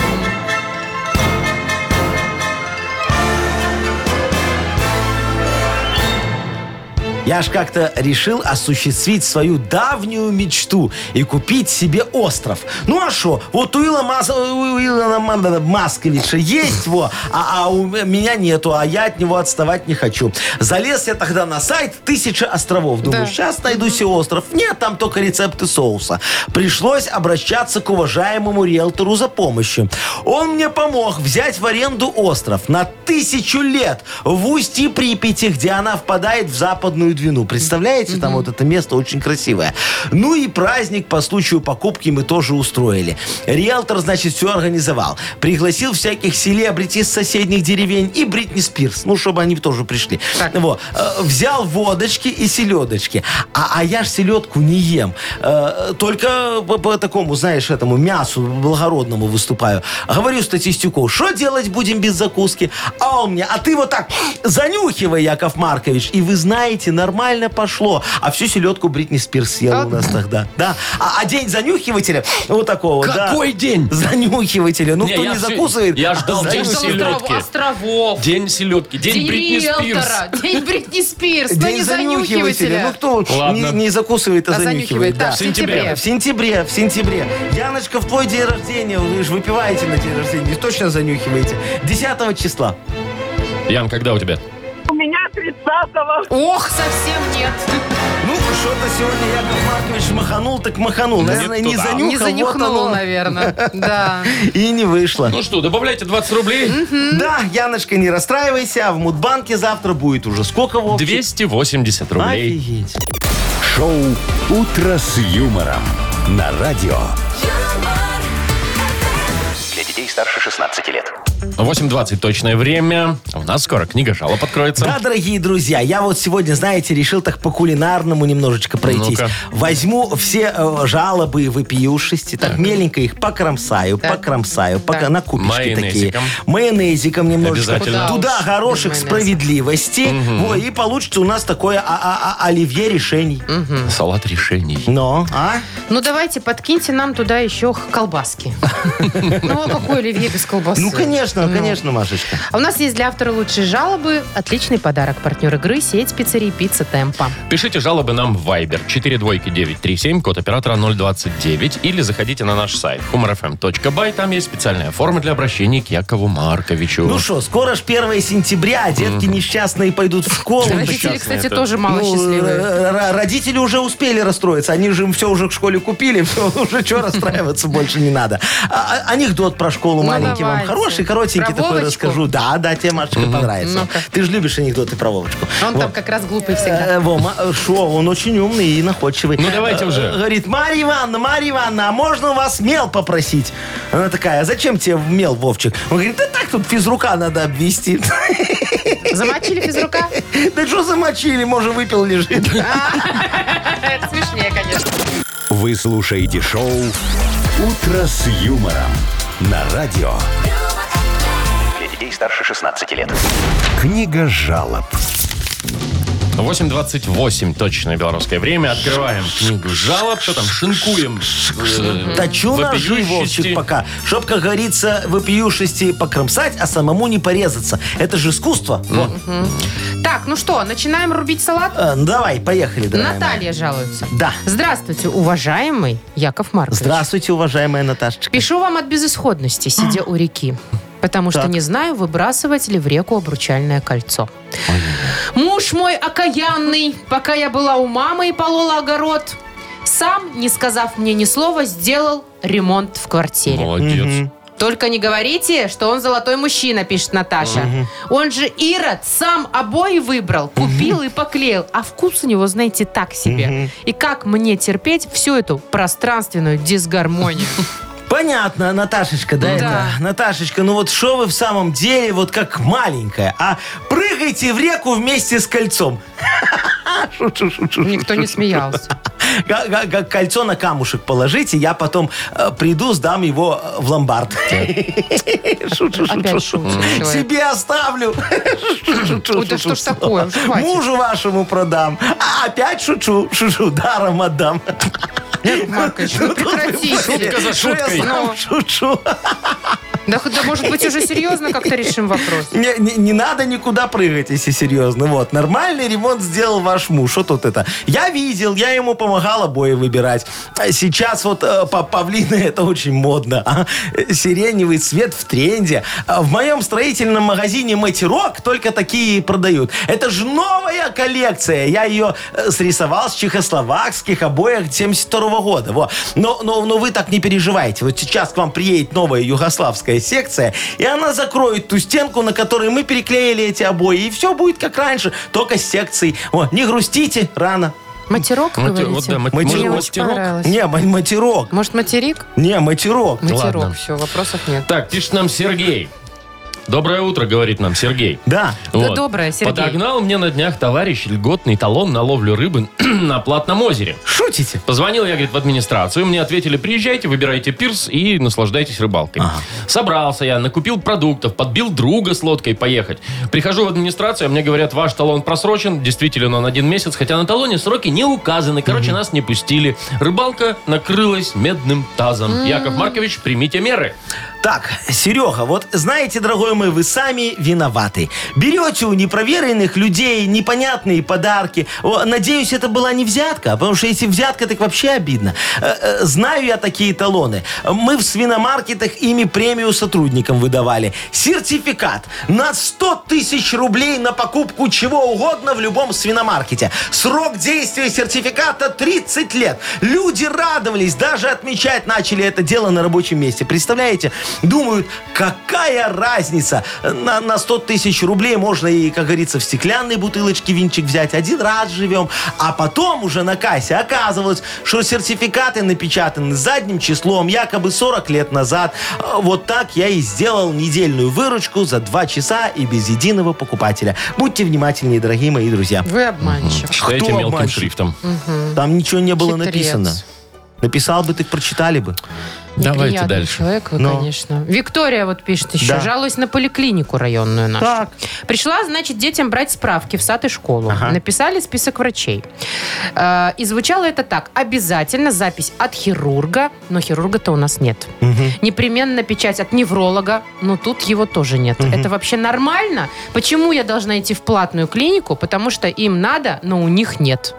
S3: Я ж как-то решил осуществить свою давнюю мечту и купить себе остров. Ну а что? Вот у Илона, Мас... э, у Илона Ма- Масковича есть его, а, а у меня нету, а я от него отставать не хочу. Залез я тогда на сайт «Тысяча островов». Думаю,
S4: Да.
S3: сейчас найду себе остров. Нет, там только рецепты соуса. Пришлось обращаться к уважаемому риэлтору за помощью. Он мне помог взять в аренду остров на тысячу лет в устье Припяти, где она впадает в западную Старую Двину. Представляете, там вот это место очень красивое. Ну и праздник по случаю покупки мы тоже устроили. Риэлтор, значит, все организовал. Пригласил всяких селебрити с соседних деревень и Бритни Спирс. Ну, чтобы они тоже пришли.
S4: Так.
S3: Вот. Э, Взял водочки и селедочки. А, а я ж селедку не ем. Э, Только по, по такому, знаешь, этому мясу благородному выступаю. Говорю статистику, что делать будем без закуски? А он мне, а ты вот так занюхивай, Яков Маркович. И вы знаете, нормально пошло. А всю селедку Бритни Спирс съела у нас тогда. Да. А, а день занюхивателя вот такого, да.
S2: Какой день?
S3: Занюхивателя. Ну,
S2: Не,
S3: кто
S2: я
S3: не
S2: всё-
S3: закусывает,
S2: я ждал
S3: а
S2: день
S4: День
S3: занюхивает.
S2: селедки.
S4: островов, островов.
S2: День селедки, день Бритни Спирс.
S4: риэлтора, День Бритни Спирс. Ну
S3: День
S4: не
S3: занюхивателя. Ну,
S4: занюхивателя.
S3: кто
S2: Ладно.
S3: не, не закусывает, а,
S4: А
S3: занюхивает.
S4: занюхивает, да,
S3: да.
S4: в сентябре.
S3: В сентябре, в сентябре. Яночка, в твой день рождения, вы же выпиваете на день рождения, и точно занюхиваете. 10 числа.
S2: Ян, когда у тебя?
S5: У меня 30-го.
S4: Ох, совсем нет.
S3: Ну, что-то сегодня Яков Маркович маханул, так маханул. Наверное, не,
S2: туда.
S3: занюхал,
S4: не
S3: вот
S4: занюхнул,
S3: оно.
S4: наверное. Да.
S3: И не вышло.
S2: Ну что, добавляйте 20 рублей.
S3: Да, Яночка, не расстраивайся, а в Мудбанке завтра будет уже сколько, Вовчик?
S2: 280 рублей.
S3: Офигеть.
S1: Шоу «Утро с юмором» на радио.
S7: юмор,
S8: Для детей старше 16 лет.
S2: 8.20 точное время. А У нас скоро книга жалоб
S3: Да,
S2: откроется.
S3: дорогие друзья, я вот сегодня, знаете, решил так по кулинарному немножечко пройтись.
S2: Ну-ка.
S3: Возьму все э, жалобы и вопиюшести, так, меленько их покромсаю,
S4: Так.
S3: покромсаю, пока
S4: Так.
S3: на кубички такие.
S2: Майонезиком.
S3: Майонезиком немножечко.
S2: Обязательно.
S4: Куда
S3: Туда
S4: уж
S3: горошек
S4: без майонеза.
S3: справедливости. Во, и получится у нас такое а- а- а- оливье решений.
S2: Салат решений.
S3: Но, а?
S4: Ну, давайте, подкиньте нам туда еще х- колбаски. Ну, а какой оливье без колбасы?
S3: Ну, конечно, конечно, Машечка.
S4: А у нас есть для автора лучшей жалобы отличный подарок. Партнер игры сеть пиццерий «Пицца Темпа».
S2: Пишите жалобы нам в Viber 42937, код оператора 029, или заходите на наш сайт humorfm.by, там есть специальная форма для обращения к Якову Марковичу.
S3: Ну что, скоро ж 1 сентября, а детки несчастные пойдут в школу.
S4: Родители, кстати, тоже мало
S3: Ну,
S4: счастливые.
S3: р- р- родители уже успели расстроиться. Они же им все уже к школе купили. Все, уже что расстраиваться больше не надо. А- а- Анекдот про школу
S4: Ну,
S3: маленький вам.
S4: давайте.
S3: Хороший, коротенький
S4: Про
S3: такой
S4: Вовочку?
S3: расскажу. Да, да, тебе, Машечка, понравится.
S4: Ну-ка. Ну,
S3: Ты же любишь анекдоты про Вовочку.
S4: Он там как раз глупый всегда.
S3: Э, Вома, э, шо, он очень умный и находчивый.
S2: Ну, давайте
S3: Э,
S2: уже.
S3: Говорит, Марья Ивановна, Марья Ивановна, а можно у вас мел попросить? Она такая, «А зачем тебе мел, Вовчик? Он говорит, да так тут физрука надо обвести.
S4: Замочили физрука?
S3: Да что замочили, может, выпил лежит.
S4: Это смешнее, конечно.
S1: Вы слушаете шоу «Утро с юмором» на радио.
S8: Для детей старше 16 лет.
S1: Книга жалоб.
S2: 8.28 точное белорусское время. Открываем книгу жалоб. Что там? Шинкуем. э,
S3: Точу ножи,
S2: вопиющести.
S3: Вовчик, пока. Чтоб, как говорится, вопиюшести покромсать, а самому не порезаться. Это же искусство. Вот.
S4: Так, ну что, начинаем рубить салат?
S3: Э, ну Давай, поехали, дорогая
S4: Наталья жалуется.
S3: моя. Да.
S4: Здравствуйте, уважаемый Яков Маркович.
S3: Здравствуйте, уважаемая Наташечка.
S4: Пишу вам от безысходности, сидя у реки. Потому что
S3: Так.
S4: не знаю, выбрасывать ли в реку обручальное кольцо. Муж мой окаянный, пока я была у мамы и полола огород, сам, не сказав мне ни слова, сделал ремонт в квартире.
S2: Молодец.
S4: Только не говорите, что он золотой мужчина, пишет Наташа. Он же Ирод сам обои выбрал, купил и поклеил. А вкус у него, знаете, так себе. И как мне терпеть всю эту пространственную дисгармонию?
S3: Понятно, Наташечка, да,
S4: Да.
S3: это? Наташечка, ну вот что вы в самом деле, вот как маленькая, а прыгайте в реку вместе с кольцом. Шучу, шучу, шучу.
S4: Никто не смеялся.
S3: Га- га- га- Кольцо на камушек положите, я потом э, приду, сдам его э, в ломбард. Шучу, шучу,
S4: Опять
S3: шучу.
S4: шутит человек.
S3: Себе оставлю. Шучу, шучу,
S4: Ой, да
S3: шучу.
S4: что ж такое, уже хватит.
S3: Мужу вашему продам. А опять шучу, шучу, даром отдам.
S4: Маркович, ну прекратите.
S2: Шутка за
S3: Что я
S2: шуткой.
S3: сам
S4: Ну.
S3: шучу.
S4: Да, хоть- да, может быть, уже серьезно как-то решим вопрос.
S3: Не, не- не надо никуда прыгать, если серьезно. Вот, нормальный ремонт сделал ваш муж. Что тут это? Я видел, я ему помогал обои выбирать. А Сейчас вот э, па- павлины, это очень модно. а. Э, Сиреневый цвет в тренде. А В моем строительном магазине Матерок только такие и продают. Это же новая коллекция. Я ее э, срисовал с чехословакских обоев 72 года. Во. Но, но, но вы так не переживайте. Вот сейчас к вам приедет новая югославская маленькая секция, и она закроет ту стенку, на которой мы переклеили эти обои, и все будет как раньше, только с секцией. О, не грустите, рано.
S4: Матерок,
S2: Мати-
S4: говорите?
S2: вот да, мати-
S4: Мне
S2: может,
S4: очень
S2: мастерок?
S4: понравилось.
S3: Не, ма- матерок.
S4: Может, материк?
S3: Не, матерок.
S4: Матерок,
S2: Ладно.
S4: все, вопросов нет.
S2: Так, пишет нам Сергей. Доброе утро, говорит нам Сергей.
S3: Да.
S4: Да доброе, Сергей.
S2: Подогнал мне на днях товарищ льготный талон на ловлю рыбы на платном озере.
S3: Шутите?
S2: Позвонил я, говорит, в администрацию. Мне ответили, приезжайте, выбирайте пирс и наслаждайтесь рыбалкой. Собрался я, накупил продуктов, подбил друга с лодкой поехать. Прихожу в администрацию, а мне говорят, ваш талон просрочен. Действительно, он один месяц, хотя на талоне сроки не указаны. Короче, нас не пустили. Рыбалка накрылась медным тазом. Яков Маркович, примите меры.
S3: Так, Серега, вот знаете, дорогой мой, вы сами виноваты. Берете у непроверенных людей непонятные подарки. О, надеюсь, это была не взятка, потому что если взятка, так вообще обидно. Э, э, Знаю я такие талоны. Мы в свиномаркетах ими премию сотрудникам выдавали. Сертификат на 100 тысяч рублей на покупку чего угодно в любом свиномаркете. Срок действия сертификата 30 лет. Люди радовались, даже отмечать начали это дело на рабочем месте. Представляете? Думают, какая разница? На, на 100 тысяч рублей можно и, как говорится, в стеклянной бутылочке винчик взять. Один раз живем. А потом уже на кассе оказывалось, что сертификаты напечатаны задним числом, якобы 40 лет назад. Э, Вот так я и сделал недельную выручку за 2 часа и без единого покупателя. Будьте внимательнее, дорогие мои друзья.
S4: Вы обманщик.
S2: Читайте
S3: Кто
S2: мелким
S3: обманщик?
S2: шрифтом.
S3: Там ничего не было
S4: Хитрец.
S3: написано. Написал бы, так прочитали бы.
S2: Давайте
S4: Неприятный
S2: дальше.
S4: человек вы,
S3: Но.
S4: конечно. Виктория вот пишет еще.
S3: Ну. Да.
S4: Жалуюсь на поликлинику районную нашу.
S3: Так.
S4: Пришла, значит, детям брать справки в сад и школу.
S3: Ага.
S4: Написали список врачей. Э, И звучало это так. Обязательно запись от хирурга, но хирурга-то у нас нет. Непременно печать от невролога, но тут его тоже нет. Это вообще нормально? Почему я должна идти в платную клинику? Потому что им надо, но у них нет.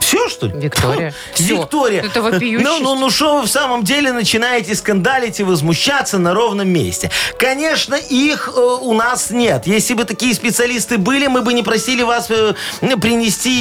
S3: Все, что ли?
S4: Виктория.
S3: Фу,
S4: Всё.
S3: Виктория.
S4: Это вопиющесть.
S3: Ну, ну, ну, что вы в самом деле начинаете скандалить и возмущаться на ровном месте? Конечно, их э, у нас нет. Если бы такие специалисты были, мы бы не просили вас э, ну,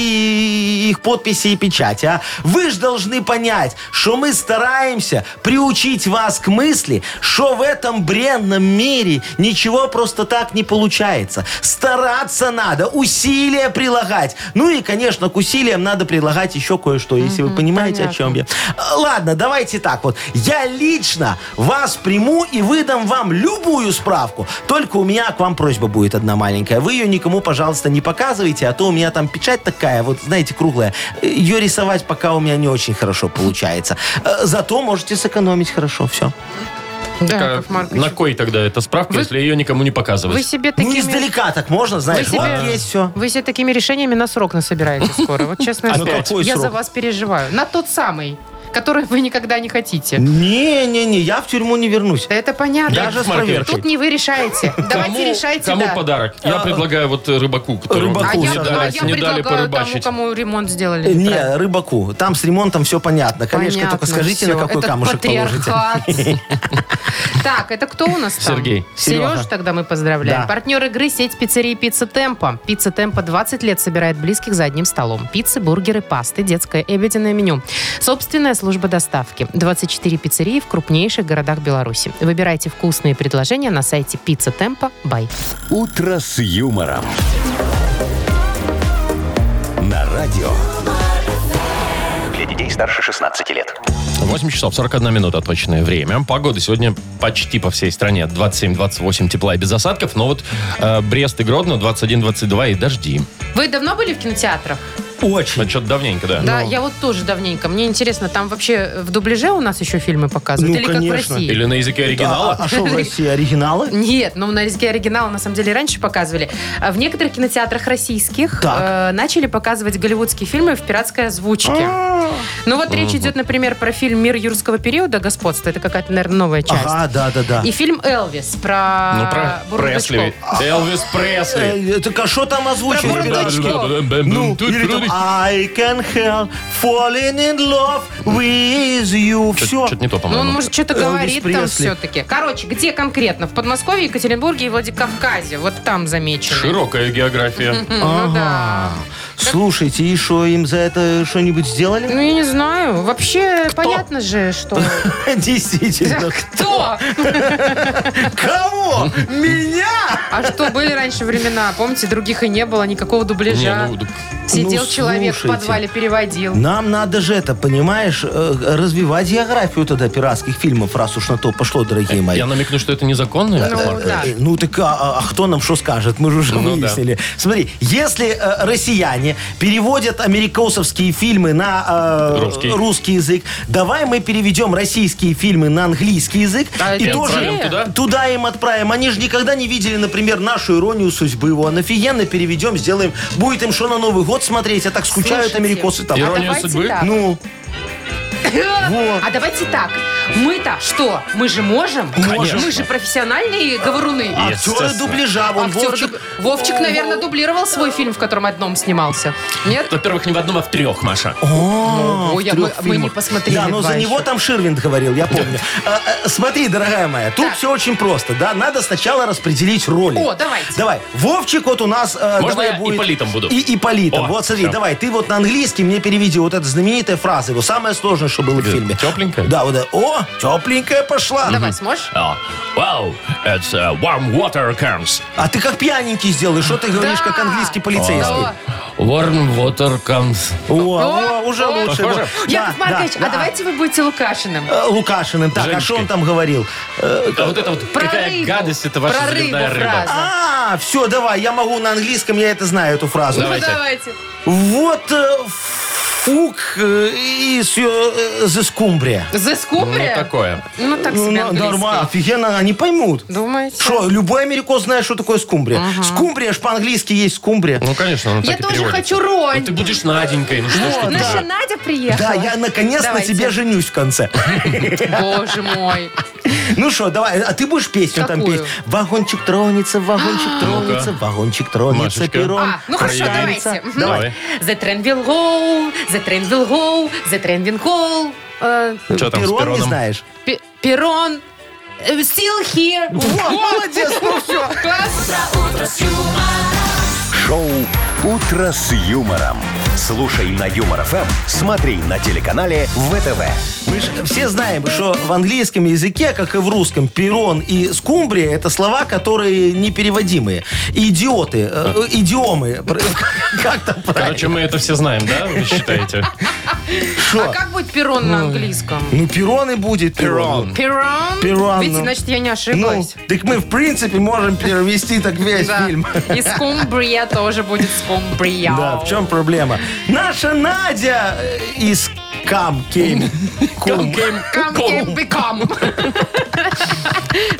S3: принести их подписи и печати. А вы же должны понять, что мы стараемся приучить вас к мысли, что в этом бренном мире ничего просто так не получается. Стараться надо, усилия прилагать. Ну и, конечно, к усилиям надо прилагать еще кое-что, если вы понимаете, о чем я. А, Ладно, давайте так вот. Я лично вас приму и выдам вам любую справку. Только у меня к вам просьба будет одна маленькая. Вы ее никому, пожалуйста, не показывайте, а то у меня там печать такая, вот, знаете, круглая. Ее рисовать пока у меня не очень хорошо получается. Э, Зато можете сэкономить хорошо. Все.
S4: Да,
S2: Так, а
S4: Яков Маркович.
S2: на кой тогда эта справка,
S4: Вы-
S2: если ее никому не показывать?
S4: Вы себе
S3: Ну,
S4: такими...
S3: издалека так можно, знаешь.
S4: Вы себе-
S3: Вот есть все.
S4: Вы все такими решениями на срок насобираете скоро. Вот честно
S3: Опять?
S4: сказать,
S3: А Какой
S4: я
S3: срок?
S4: за вас переживаю. На тот самый, который вы никогда не хотите.
S3: Не-не-не, я в тюрьму не вернусь.
S4: Да это понятно.
S2: Да,
S3: Даже с
S2: Маркович.
S3: проверкой.
S4: Тут не вы решаете. Давайте решайте,
S2: кому
S4: да.
S2: подарок? Я предлагаю вот э, рыбаку, которому
S3: Рыбаку,
S4: А
S2: не
S4: я,
S3: Слушай,
S4: а
S2: дали,
S4: я
S2: не дали
S4: предлагаю тому,
S2: порыбачить.
S4: кому ремонт сделали.
S3: Не, рыбаку. Там с ремонтом все понятно. Конечно,
S4: Понятно
S3: только скажите,
S4: всё.
S3: на какой
S4: Этот
S3: камушек положите.
S4: патриархат. Так, это кто у нас там?
S2: Сергей.
S4: Сереж,
S3: Сережа.
S4: тогда мы поздравляем.
S3: Да.
S4: Партнер игры сеть пиццерии «Пицца Темпа». «Пицца Темпа» 20 лет собирает близких за одним столом. Пиццы, бургеры, пасты, детское и обеденное меню. Собственная служба доставки. 24 пиццерии в крупнейших городах Беларуси. Выбирайте вкусные предложения на сайте «Пицца Темпа». Бай.
S1: «Утро с юмором». На радио.
S8: Для детей старше 16 лет.
S2: 8 часов 41 минута точное время. Погода сегодня почти по всей стране 27-28 тепла и без осадков. Но вот э, Брест и Гродно 21-22 и дожди.
S4: Вы давно были в кинотеатрах?
S3: Очень.
S2: Что-то давненько, да. Ну,
S4: Да, я вот тоже давненько. Мне интересно, там вообще в дубляже у нас еще фильмы показывают?
S3: Ну,
S4: Или как в
S3: конечно.
S4: России?
S2: Или на языке оригинала.
S3: А что в России оригиналы?
S4: Нет, но на языке оригинала на самом деле раньше показывали. А В некоторых кинотеатрах российских
S3: Так.
S4: э, начали показывать голливудские фильмы в пиратской озвучке.
S3: А.
S4: Ну вот речь идет, например, про фильм «Мир юрского периода. Господство». Это какая-то, наверное, новая часть.
S3: Ага, да, да, да.
S4: И фильм «Элвис»
S2: Ну,
S4: про Ну,
S2: про Пресли.
S4: А, Бурундучков.
S2: Элвис Пресли.
S3: Э, Так а что там
S4: Про
S3: озвучивают?
S4: бурундучков.
S3: Ну, или там
S4: а,
S3: I can help falling in love with you. Все.
S2: Что-то не то,
S4: Ну, он,
S2: по-моему.
S4: может, что-то
S3: Элвис
S4: говорит там
S3: Пресли.
S4: все-таки. Короче, где конкретно? В Подмосковье, Екатеринбурге и Владикавказе. Вот там замечено.
S2: Широкая география.
S4: Ну да.
S3: Слушайте, и что, им за это что-нибудь сделали?
S4: Ну, я не знаю. Вообще, понятно же, что...
S3: Действительно.
S4: Кто?
S3: Кого? Меня?
S4: А что, были раньше времена, помните, других и не было, никакого дубляжа.
S2: Не, ну, так-
S4: Сидел
S3: Ну,
S4: человек в
S3: слушайте. Ну,
S4: подвале, переводил.
S3: Нам надо же это, понимаешь, э, развивать географию тогда пиратских фильмов, раз уж на то пошло, дорогие мои.
S2: Э, Я намекну, что это незаконно. Яков
S4: Ну,
S2: Маркович?
S4: да.
S3: Э, Ну так а, а кто нам что скажет? Мы же уже
S2: Ну да.
S3: выяснили. Смотри, если э, россияне переводят америкосовские фильмы на э,
S2: Русский.
S3: язык, давай мы переведем российские фильмы на английский язык
S4: А
S3: и
S4: это
S3: тоже
S4: отправим
S2: туда?
S3: туда им отправим. Они же никогда не видели, например, нашу иронию судьбы. Его офигенно переведем, сделаем. Будет им что на Новый год смотреть, а так скучают
S4: Слушайте.
S3: америкосы там.
S2: Ирония
S4: А давайте
S2: судьбы?
S4: так.
S3: Ну, вот.
S4: А давайте так. Мы-то что? Мы же можем?
S2: Конечно.
S4: Мы же профессиональные говоруны. А
S3: актеры
S2: Естественно.
S3: дубляжа, вон
S4: Актер
S3: А Вовчик.
S4: дуб- Вовчик, наверное, дублировал свой фильм, в котором одном снимался. Нет?
S2: Во-первых, не в одном, а в трех, Маша.
S3: О,
S4: Ой,
S3: Ну, в
S4: я-
S3: трех
S4: мы- мы
S3: фильмах.
S4: не посмотрели
S3: Да, но
S4: два
S3: за него
S4: еще.
S3: там Ширвинд говорил, я помню. А, а, Смотри, дорогая моя, тут все очень просто, да? Надо сначала распределить роли.
S4: О, давайте.
S3: Давай, Вовчик вот у нас... э,
S2: Можно
S3: давай
S2: я Ипполитом буду?
S3: И Ипполитом.
S2: О,
S3: Вот смотри,
S2: всё.
S3: давай, ты вот на английский мне переведи вот эту знаменитую фразу, его самое сложное, что было в
S2: Э,
S3: фильме.
S2: тёпленькая?
S3: Да, вот это. О, тепленькая пошла.
S4: Давай, сможешь?
S2: А, Wow, it's uh, warm water comes.
S3: А ты как пьяненький сделаешь, что ты говоришь, как английский полицейский.
S4: Да.
S2: Warm water comes.
S3: О, о, уже
S4: О,
S3: лучше.
S2: похоже?
S3: Вот.
S4: Яков
S3: Да,
S4: Маркович,
S3: да,
S4: а
S3: да.
S4: давайте вы будете Лукашиным.
S3: Э, Лукашиным. Так, а
S2: Женечкой.
S3: что он там говорил? Э,
S2: А вот это вот
S4: Про
S2: какая
S4: рыбу.
S2: гадость, это ваша
S4: Про
S2: звездная
S4: рыбу
S2: рыба.
S4: фраза.
S3: А, все, давай, я могу на английском, я это знаю, эту фразу.
S4: Ну,
S2: давайте.
S4: давайте.
S3: Вот э, фук э, и с, э, the scumbria.
S4: The Scumbria?
S2: Ну, такое.
S4: Ну, так
S3: Ну,
S4: себе
S3: на-
S4: английский.
S3: нормально, офигенно, они поймут.
S4: Думаете?
S3: Что, любой америкос знает, что такое скумбрия. Скумбрия ж по-английски есть скумбрия.
S2: Ну, конечно, он
S4: Я
S2: так и
S4: тоже
S2: переводится.
S4: хочу роль.
S2: Ну, ты будешь Наденькой, ну что ж ты
S4: Наша
S2: тоже.
S4: Надя приехала.
S3: Да, я наконец на
S4: Давайте.
S3: тебе женюсь в конце.
S4: Боже мой.
S3: Ну что, давай, а ты будешь песню там
S4: Какую?
S3: петь? Вагончик тронется, вагончик тронется, вагончик тронется,
S2: А, Машечка.
S3: пером.
S4: А, ну хорошо,
S2: Проявится.
S4: давайте. Мгм.
S2: Давай.
S4: The train will go, the train will go, the train will go. Э,
S2: Чё там с
S3: Перрон не
S2: пероном?
S3: знаешь?
S4: пе- Перрон. э, Still here.
S3: Во, молодец, ну все.
S4: Класс.
S1: Шоу «Утро с юмором». Слушай на Юмор ФМ, смотри на телеканале ВТВ.
S3: Мы же все знаем, что в английском языке, как и в русском, перрон и скумбрия – это слова, которые непереводимые. Идиоты, э, э, идиомы. Пр- Как там правильно?
S2: Короче, мы это все знаем, да, вы считаете?
S4: А как будет перрон на английском?
S3: Ну, перрон и будет перрон.
S4: Перрон?
S3: Перрон,
S4: Видите,
S3: ну.
S4: значит, я не
S3: Ну,
S4: ошиблась.
S3: так мы, в принципе, можем перевести так весь
S4: Да.
S3: фильм.
S4: И скумбрия тоже будет скумбрия.
S3: Да, в чем проблема? Наша Надя э, из Кам Кейм. Кум.
S4: Come here, become.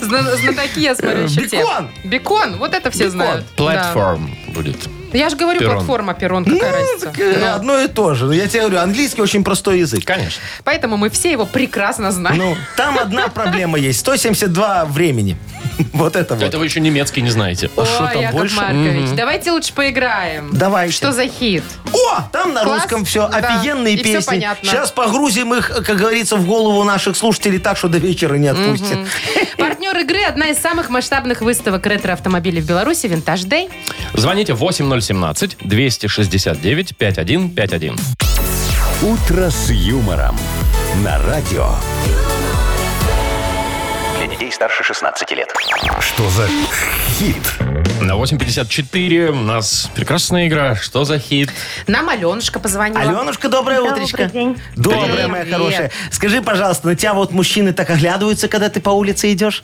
S4: Зна- Знатоки, я смотрю, еще те.
S3: Бекон.
S4: Бекон, вот это все знают. Да.
S2: Платформ будет.
S4: Я же говорю,
S2: Перрон.
S4: платформа перрон, какая разница.
S3: Так, э, Одно и то же. Но Я тебе говорю, английский очень простой язык.
S2: Конечно.
S4: Поэтому мы все его прекрасно знаем.
S3: Ну, там одна проблема есть. 172 времени. Вот это вот.
S2: Это вы еще немецкий не знаете.
S4: Ой,
S3: а что там
S4: Яков
S3: больше?
S4: Маркович, давайте лучше поиграем.
S3: Давайте.
S4: Что за хит?
S3: О, там на
S4: Класс,
S3: русском все.
S4: да,
S3: Офигенные
S4: и всё
S3: песни.
S4: понятно.
S3: Сейчас погрузим их, как говорится, в голову наших слушателей так, что до вечера не отпустит.
S4: Партнер игры – одна из самых масштабных выставок ретро-автомобилей в Беларуси «Винтаж Дэй».
S2: Звоните 8017-269-5151.
S1: «Утро с юмором» на радио.
S8: Для детей старше 16 лет.
S1: Что за хит?
S2: На 8.54 у нас прекрасная игра. Что за хит?
S4: Нам Аленушка позвонила.
S3: Аленушка, доброе
S5: Добрый
S3: утречко.
S5: день.
S3: Доброе,
S4: Привет.
S3: моя
S4: Привет.
S3: хорошая. Скажи, пожалуйста, на тебя вот мужчины так оглядываются, когда ты по улице идешь?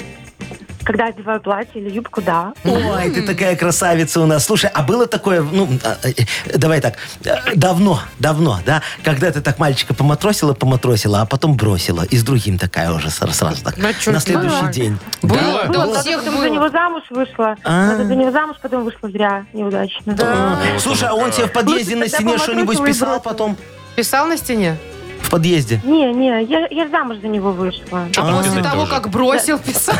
S5: Когда одеваю платье или юбку, да.
S3: Ой, ты такая красавица у нас. Слушай, а было такое, ну, а, э, давай так, э, давно, давно, да, когда ты так мальчика поматросила, поматросила, а потом бросила, и с другим такая уже сра- сразу, так,
S4: Ну, чё
S3: на
S4: ты,
S3: следующий
S4: бывает.
S3: день.
S2: Было?
S4: Было? Да,
S5: Ну, Было,
S4: у
S5: правда,
S4: всех
S5: потом за
S4: было.
S5: него замуж вышла.
S3: А.
S5: Правда, За него замуж, потом вышла зря, неудачно.
S3: А, Слушай, а он тебе в подъезде
S5: Лучше
S3: на
S5: тогда
S3: стене что-нибудь
S5: поматросила и
S3: писал
S5: бросила.
S3: потом?
S4: Писал на стене?
S3: В подъезде.
S5: Не, не, я, я ж замуж за него вышла.
S2: Что там
S4: После
S2: писать-то
S4: А, того,
S2: уже?
S4: как бросил, писал.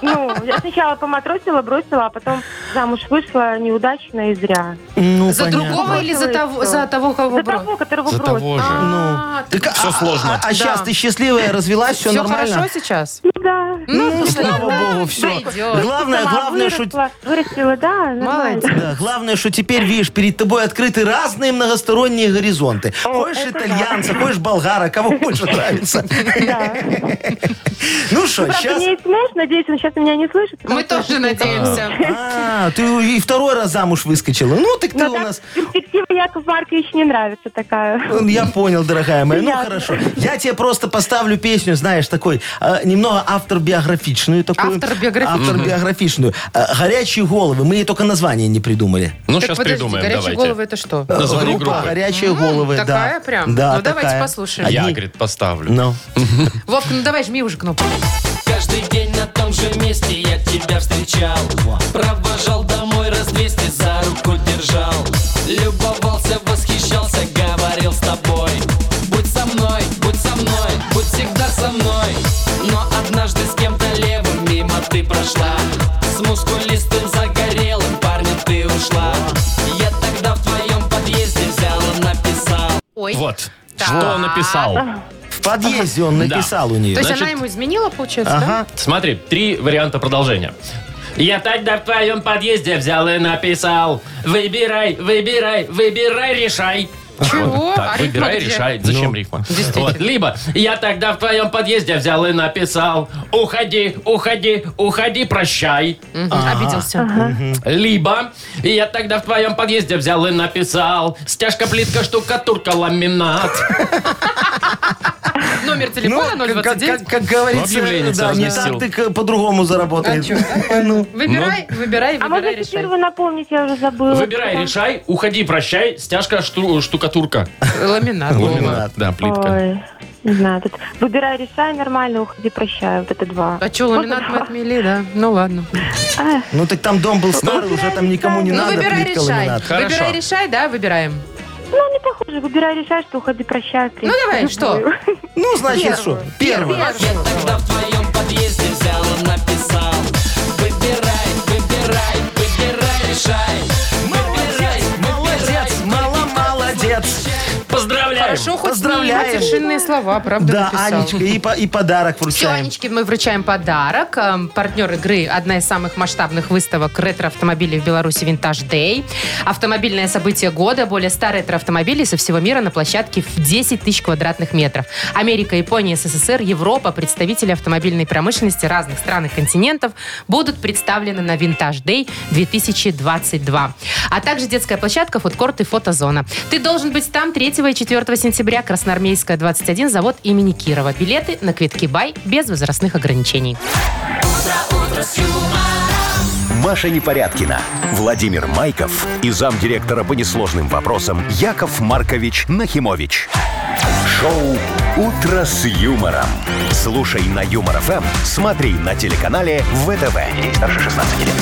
S5: Ну, я сначала поматросила, бросила, а потом замуж вышла неудачно и зря.
S3: Ну,
S4: За
S3: понятно.
S4: другого или за того, за того, кого
S5: За
S4: бросил?
S5: того, которого
S2: За
S5: бросила.
S2: того же.
S3: Ну,
S4: А,
S3: так, а-
S2: Всё сложно.
S3: А, сейчас
S4: Да.
S3: ты счастливая, развелась, все,
S4: Все
S3: нормально?
S4: хорошо сейчас?
S5: Да,
S3: Ну, слава богу, все.
S4: Дойдет.
S3: Главное,
S5: Сама
S3: главное, что...
S5: выросла, вырастила, да, нормально.
S4: Молодец.
S3: Да, главное, что теперь, видишь, перед тобой открыты разные многосторонние горизонты. Хочешь
S5: это
S3: итальянца, хочешь болгара, кому больше нравится.
S5: Да.
S3: Ну что,
S5: Правда,
S3: сейчас...
S5: мне есть муж, надеюсь, он сейчас меня не слышит. потому
S4: Мы
S5: что-
S4: тоже надеемся.
S3: А, ты и второй раз замуж выскочила. Ну, так ты
S5: Но
S3: у
S5: так
S3: нас...
S5: перспектива Яков Маркович не нравится такая.
S3: Ну, Я понял, дорогая моя. Ну,
S5: Приятно.
S3: хорошо. Я тебе просто поставлю песню, знаешь, такой, э, немного автобиографичную. Такую,
S4: Автобиографичную.
S3: Автобиографичную. Э, «Горячие головы». Мы ей только название не придумали.
S2: Ну,
S4: Так,
S2: сейчас
S4: подожди,
S2: придумаем,
S4: горячие
S2: давайте.
S4: головы это что?
S2: Название
S3: Группа
S2: группы.
S3: «Горячие
S4: М,
S3: головы», да.
S4: такая прям?
S3: Да,
S4: Ну, давайте
S3: такая.
S4: послушаем.
S2: Я,
S3: Одни-
S2: говорит, поставлю.
S3: Ну.
S4: Вовка, ну давай, жми уже кнопку.
S7: Каждый день на том же месте я тебя встречал Провожал домой раз двести, за руку держал Любовался, восхищался, говорил с тобой Будь со мной, будь со мной, будь всегда со мной Но однажды с кем-то левым мимо ты прошла С мускулистым загорелым парнем ты ушла Я тогда в твоем подъезде взял и написал
S4: Ой.
S2: Вот.
S4: Так.
S2: Что написал?
S3: В подъезде он написал у
S4: То
S3: нее.
S4: есть
S2: Значит-
S4: она ему изменила, получается,
S3: Ага.
S2: Смотри, три варианта продолжения. Я тогда в твоем подъезде взял и написал. Выбирай, выбирай, выбирай, решай.
S4: Чего?
S2: Вот так,
S4: А рифма
S2: выбирай,
S4: где?
S2: решай. Зачем рифма?
S4: действительно.
S2: Вот, Либо я тогда в твоем подъезде взял и написал. Уходи, уходи, уходи, прощай.
S4: да? Мгм, Обиделся.
S2: Либо я тогда в твоем подъезде взял и написал. Стяжка, плитка, штукатурка, ламинат.
S4: Номер телефона
S3: Ну, как- Как,
S4: 029.
S3: как говорится,
S2: Объявление
S3: да, не так
S2: совместил.
S3: ты к- по-другому
S4: А
S3: заработаешь.
S4: чё, такое?
S3: Ну.
S4: Выбирай, выбирай,
S5: А можно
S4: выбирай,
S5: еще
S4: решай.
S5: первую напомнить, я уже забыла.
S2: Выбирай,
S5: Там-
S2: решай, уходи, прощай. Стяжка, шту- штукатурка.
S4: Ламинат.
S2: Ламинат, да, плитка.
S5: Ой, не знаю. Тут выбирай, решай, нормально, уходи, прощай. Вот это два.
S4: А что, ламинат мы отмели, да? Ну ладно.
S3: Ну так там дом был старый, уже там никому не
S4: Ну
S3: надо.
S4: выбирай,
S3: плитка,
S4: решай.
S3: ламинат.
S2: Хорошо.
S4: Выбирай, решай, да, выбираем.
S5: Ну, не похоже. Выбирай, решай, что уходи, прощай. в принципе,
S4: Ну, давай, что?
S5: любую.
S3: Ну, значит, что? Первый.
S7: Я тогда в твоем подъезде взял и написал Выбирай, выбирай, выбирай, решай Выбирай, выбирай,
S3: Молодец, мало молодец.
S2: Поздравляю!
S4: Хорошо, хоть
S3: Поздравляем.
S4: не матершинные слова, правда,
S3: Да,
S4: написал.
S3: Анечка, и, по- и подарок
S4: Все,
S3: вручаем.
S4: Анечке мы вручаем подарок. Эм, Партнер игры – одна из самых масштабных выставок ретро-автомобилей в Беларуси «Винтаж Дэй». Автомобильное событие года. Более 100 ретро-автомобилей со всего мира на площадке в 10 тысяч квадратных метров. Америка, Япония, СССР, Европа, представители автомобильной промышленности разных стран и континентов будут представлены на «Винтаж Дэй» 2022. А также детская площадка, фудкорт и фотозона. Ты должен быть там 3 и 4 сентября. Красноармейская, 21, завод имени Кирова. Билеты на квитки Бай без возрастных ограничений.
S1: Маша Непорядкина, Владимир Майков и замдиректора по несложным вопросам Яков Маркович Нахимович. Шоу «Утро с юмором». Слушай на Юмор ФМ, смотри на телеканале ВТВ. Здесь старше 16 лет.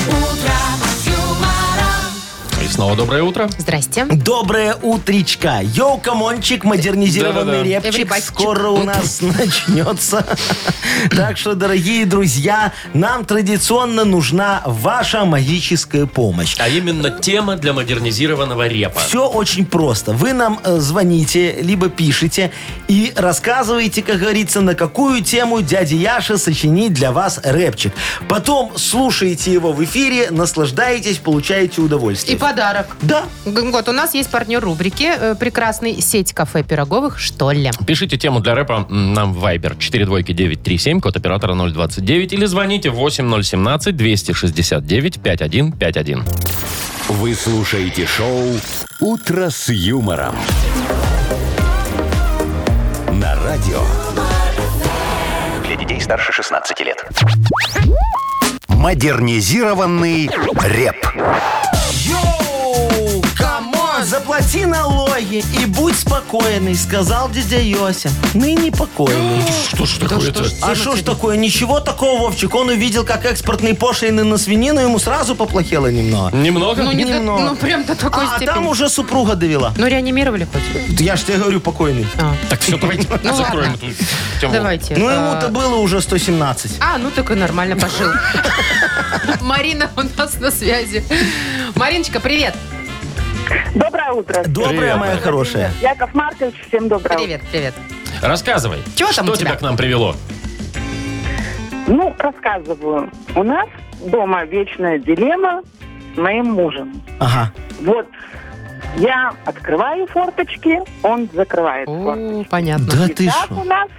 S2: И снова доброе утро.
S4: Здрасте.
S3: Доброе утречка. Йоу, камончик, модернизированный
S2: Да-да-да.
S3: репчик
S4: Эврибатчик.
S3: скоро у нас начнется. Так что, дорогие друзья, нам традиционно нужна ваша магическая помощь.
S2: А именно тема для модернизированного репа.
S3: Все очень просто. Вы нам э, звоните, либо пишете и рассказываете, как говорится, на какую тему дядя Яша сочинит для вас рэпчик. Потом слушаете его в эфире, наслаждаетесь, получаете
S4: И
S3: удовольствие.
S4: подарок.
S3: Да.
S4: Вот, у нас есть партнер рубрики э, «Прекрасный сеть кафе пироговых, что ли?»
S2: Пишите тему для рэпа м, нам в Viber 42937, код оператора 029, или звоните 8017-269-5151.
S1: Вы слушаете шоу «Утро с юмором». На радио
S8: Для детей старше 16 лет.
S1: «Модернизированный реп».
S3: Йоу, камон, заплати налоги и будь спокойный, сказал дядя Йося. Ныне покойный.
S2: Что ж
S4: Ну
S2: такое-то?
S3: А что ж такое? Ничего такого, Вовчик. Он увидел, как экспортные пошлины на свинину, ему сразу поплохело немного.
S2: Немного?
S4: Ну, не до-
S3: немного.
S4: ну, прям до такой
S3: А, а
S4: степени.
S3: там уже супруга довела.
S4: Ну, реанимировали хоть?
S3: Я ж тебе говорю, покойный.
S4: А,
S2: Так, все, давайте
S4: Ну,
S2: закроем
S4: ладно.
S2: эту тему.
S4: Давайте.
S3: Ну,
S4: А,
S3: ему-то было уже 117.
S4: А, ну так и нормально пожил. Марина у нас на связи. Мариночка, привет.
S9: Доброе утро.
S3: Добрая
S2: Привет,
S3: моя
S2: Марина.
S3: хорошая.
S9: Яков Маркович, всем доброе
S4: Привет, привет.
S2: Рассказывай.
S4: Чего там
S2: что
S4: у тебя?
S2: тебя к нам привело?
S9: утро. Ну, рассказываю. У нас дома вечная дилемма с моим мужем.
S3: Ага.
S9: Вот я открываю форточки, он закрывает форточки.
S4: О, понятно.
S3: Да
S9: И
S3: ты
S9: так у
S3: что?
S9: нас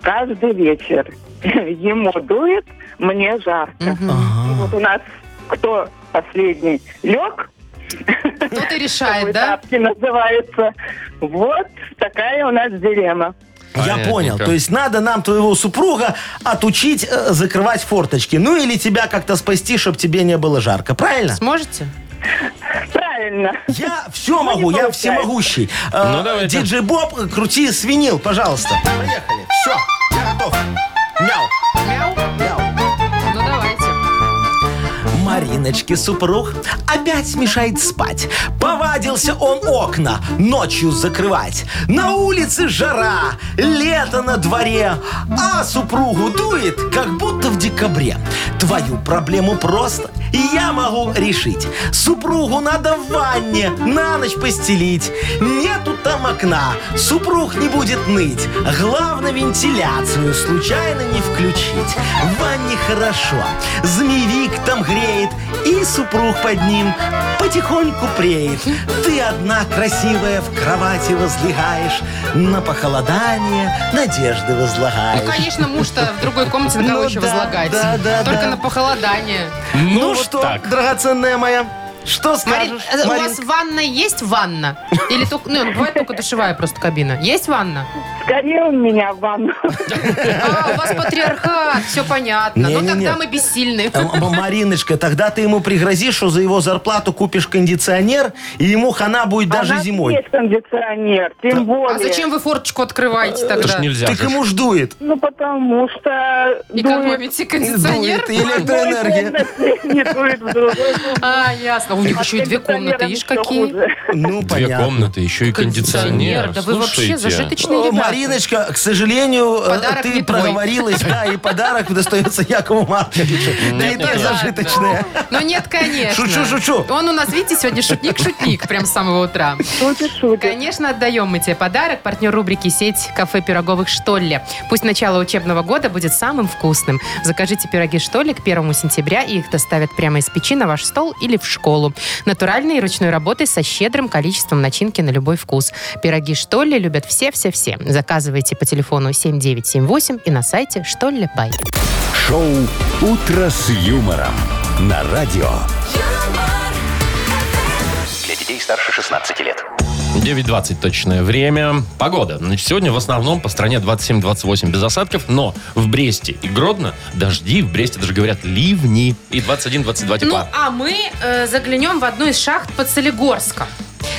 S9: каждый вечер. Ему дует, мне жарко.
S4: Мгм.
S9: И вот у нас кто последний лег,
S4: Ну, ты
S9: такой
S4: решает, да?
S9: тапки называется. Вот такая у нас дилемма.
S3: Я
S2: Понятненько.
S3: понял. То есть надо нам твоего супруга отучить э, закрывать форточки. Ну или тебя как-то спасти, чтобы тебе не было жарко. Правильно?
S4: Сможете?
S9: Правильно.
S3: Я все могу, я
S9: получается.
S3: всемогущий.
S2: Ну,
S3: Э,
S2: давайте.
S3: Диджей Боб, э, крути свинил, пожалуйста. Поехали. Все, я готов. Мяу.
S4: Мяу.
S3: Мяу.
S4: Ну, давайте.
S3: Мариночке супруг опять мешает спать. Повадился он окна ночью закрывать. На улице жара, лето на дворе, а супругу дует, как будто в декабре. Твою проблему просто я могу решить. Супругу надо в ванне на ночь постелить. Нету там окна, супруг не будет ныть. Главное вентиляцию случайно не включить. В ванне хорошо, змеевик там греет, и супруг под ним потихоньку преет. Ты одна красивая в кровати возлегаешь, на похолодание надежды
S4: Ну,
S3: возлагаешь.
S4: конечно, муж-то в другой комнате на кого
S3: Ну
S4: еще
S3: да,
S4: возлагать.
S3: да, да,
S4: Только
S3: да.
S4: на похолодание.
S2: Ну,
S3: Ну
S2: вот
S3: что,
S2: так.
S3: драгоценная моя, что
S4: Марин,
S3: скажешь?
S4: э, у
S3: Марин?
S4: вас ванна есть ванна? Или только, ну, бывает только душевая просто кабина. Есть ванна?
S9: Скорее он меня в ванну.
S4: А, у вас патриархат, все понятно. Ну,
S3: Не-не-не.
S4: тогда мы бессильны. А
S3: Э, М- Мариночка, тогда ты ему пригрозишь, что за его зарплату купишь кондиционер, и ему хана будет
S9: У
S3: даже
S9: нас
S3: зимой.
S9: Есть кондиционер, тем более.
S4: А зачем вы форточку открываете
S2: Это ж
S4: тогда?
S2: нельзя.
S3: Так
S2: же.
S3: ему ждует.
S9: Ну, потому что дует
S4: Экономите кондиционер?
S3: Дует, или
S9: в одной
S3: электроэнергия.
S9: комнате, не дует в другой.
S4: А, ясно. У них еще и две комнаты,
S9: Кондиционером
S4: ишь,
S9: всё
S4: какие.
S9: хуже.
S3: Ну,
S2: Две
S3: понятно.
S2: комнаты, еще и кондиционер.
S4: Да вы вообще
S2: Слушайте.
S4: зажиточные
S3: О,
S4: ребята.
S3: Мариночка, к сожалению, э,
S4: Подарок не
S3: ты
S4: твой.
S3: проговорилась, да, и подарок достается Якову Марковичу.
S2: Ну,
S3: Да и так
S4: ладно.
S3: зажиточная.
S4: Ну нет, конечно.
S3: Шучу, шучу.
S4: Он у нас, видите, сегодня шутник-шутник, прям с самого утра.
S9: Шутит, шутит.
S4: Конечно, отдаем мы тебе подарок. Партнер рубрики «Сеть кафе пироговых Штолле». Пусть начало учебного года будет самым вкусным. Закажите пироги Штолле к 1 сентября, и их доставят прямо из печи на ваш стол или в школу. Натуральные и ручной работой со щедрым количеством начинки на любой вкус. Пироги Штолле любят все-все-все. Заказывайте по телефону 7978 и на сайте «Штолле Бай».
S1: Шоу «Утро с юмором» на радио.
S8: Для детей старше 16 лет.
S2: 9.20 точное время. Погода. Значит, сегодня в основном по стране 27-28 без осадков, но в Бресте и Гродно дожди, в Бресте даже говорят ливни, и 21-22
S4: Ну,
S2: тепла.
S4: а мы э, заглянем в одну из шахт под Солигорском.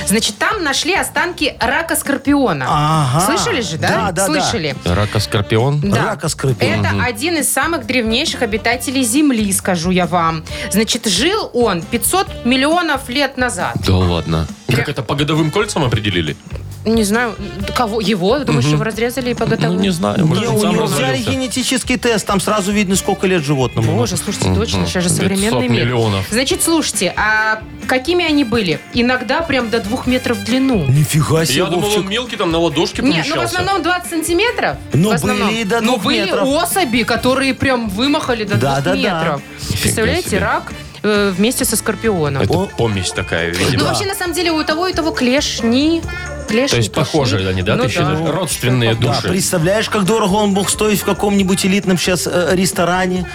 S4: Значит, там нашли останки рака скорпиона.
S3: А, Ага.
S4: Слышали же, да?
S3: Да, да, да.
S4: Слышали.
S3: Ну,
S2: Ракоскорпион.
S4: Да.
S3: Рака скрыпила.
S4: Это один из самых древнейших обитателей Земли, скажу я вам. Значит, жил он 500 миллионов лет назад.
S2: Да ладно. Как это, по годовым кольцам определили?
S4: Не знаю, кого его, думаешь, его разрезали и
S2: Ну, не
S4: подготовили?
S2: знаю, может,
S3: Не,
S2: он
S3: у
S2: сам
S3: него взяли
S2: развалился.
S3: генетический тест, там сразу видно, сколько лет животному.
S4: Боже, слушайте, точно, сейчас же
S2: 500
S4: современный мир.
S2: миллионов.
S4: Значит, слушайте, а какими они были? Иногда прям до двух метров в длину.
S3: Нифига себе,
S2: Я думал,
S3: Вовчик.
S2: он мелкий там на ладошке
S4: Нет, ну в
S2: помещался.
S4: основном 20 сантиметров.
S3: Ну,
S4: в основном.
S3: были и до
S4: Но
S3: двух
S4: были
S3: метров.
S4: особи, которые прям вымахали до
S3: Да,
S4: двух
S3: да, да.
S4: метров. Представляете,
S2: себе.
S4: рак э, вместе со скорпионом.
S2: Это
S3: О.
S2: помесь такая, видимо.
S4: Ну, вообще, на самом деле, у того и того клешни. клешни
S2: То есть похожие
S4: клешни.
S2: они, да?
S4: Ну
S2: Ты считаешь,
S4: да.
S2: родственные
S3: Да,
S2: души.
S3: представляешь, как дорого он мог стоить в каком-нибудь элитном сейчас ресторане?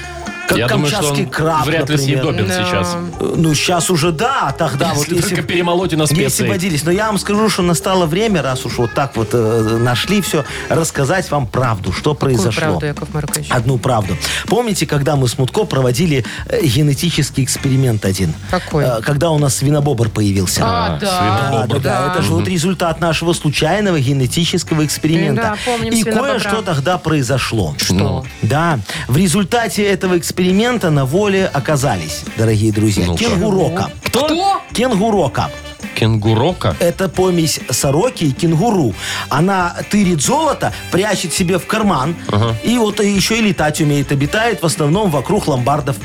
S3: Как
S2: Я думаю, что
S3: камчатский
S2: он
S3: краб,
S2: вряд ли
S3: например.
S2: съедобен
S4: Да.
S2: сейчас.
S3: Э, Ну, сейчас уже да, а тогда вот
S2: Если
S3: если...
S2: только
S3: б-
S2: перемолоть и на
S3: Вместе
S2: специи.
S3: водились. Но я вам скажу, что настало время, раз уж вот так вот э, нашли все, рассказать вам правду, что
S4: Какую
S3: произошло.
S4: правду, Яков Маркович?
S2: А,
S3: Одну правду. Помните, когда мы с Мутко проводили э, генетический эксперимент один?
S4: Какой?
S3: Э, Когда у нас свинобобр появился.
S4: А, да.
S3: Да, да,
S2: свинобобр.
S3: да, это же вот результат нашего случайного генетического эксперимента.
S4: Да, помним
S3: И
S4: свинобобра.
S3: кое-что тогда произошло.
S2: Ну.
S3: Да, в результате этого эксперимента на воле оказались, дорогие друзья,
S2: Ну-ка.
S3: кенгурока.
S4: Кто?
S3: Кенгурока.
S2: Кенгурока?
S3: Это помесь сороки и кенгуру. Она тырит золото, прячет себе в карман. И вот еще и летать умеет. Обитает в основном вокруг ломбардов.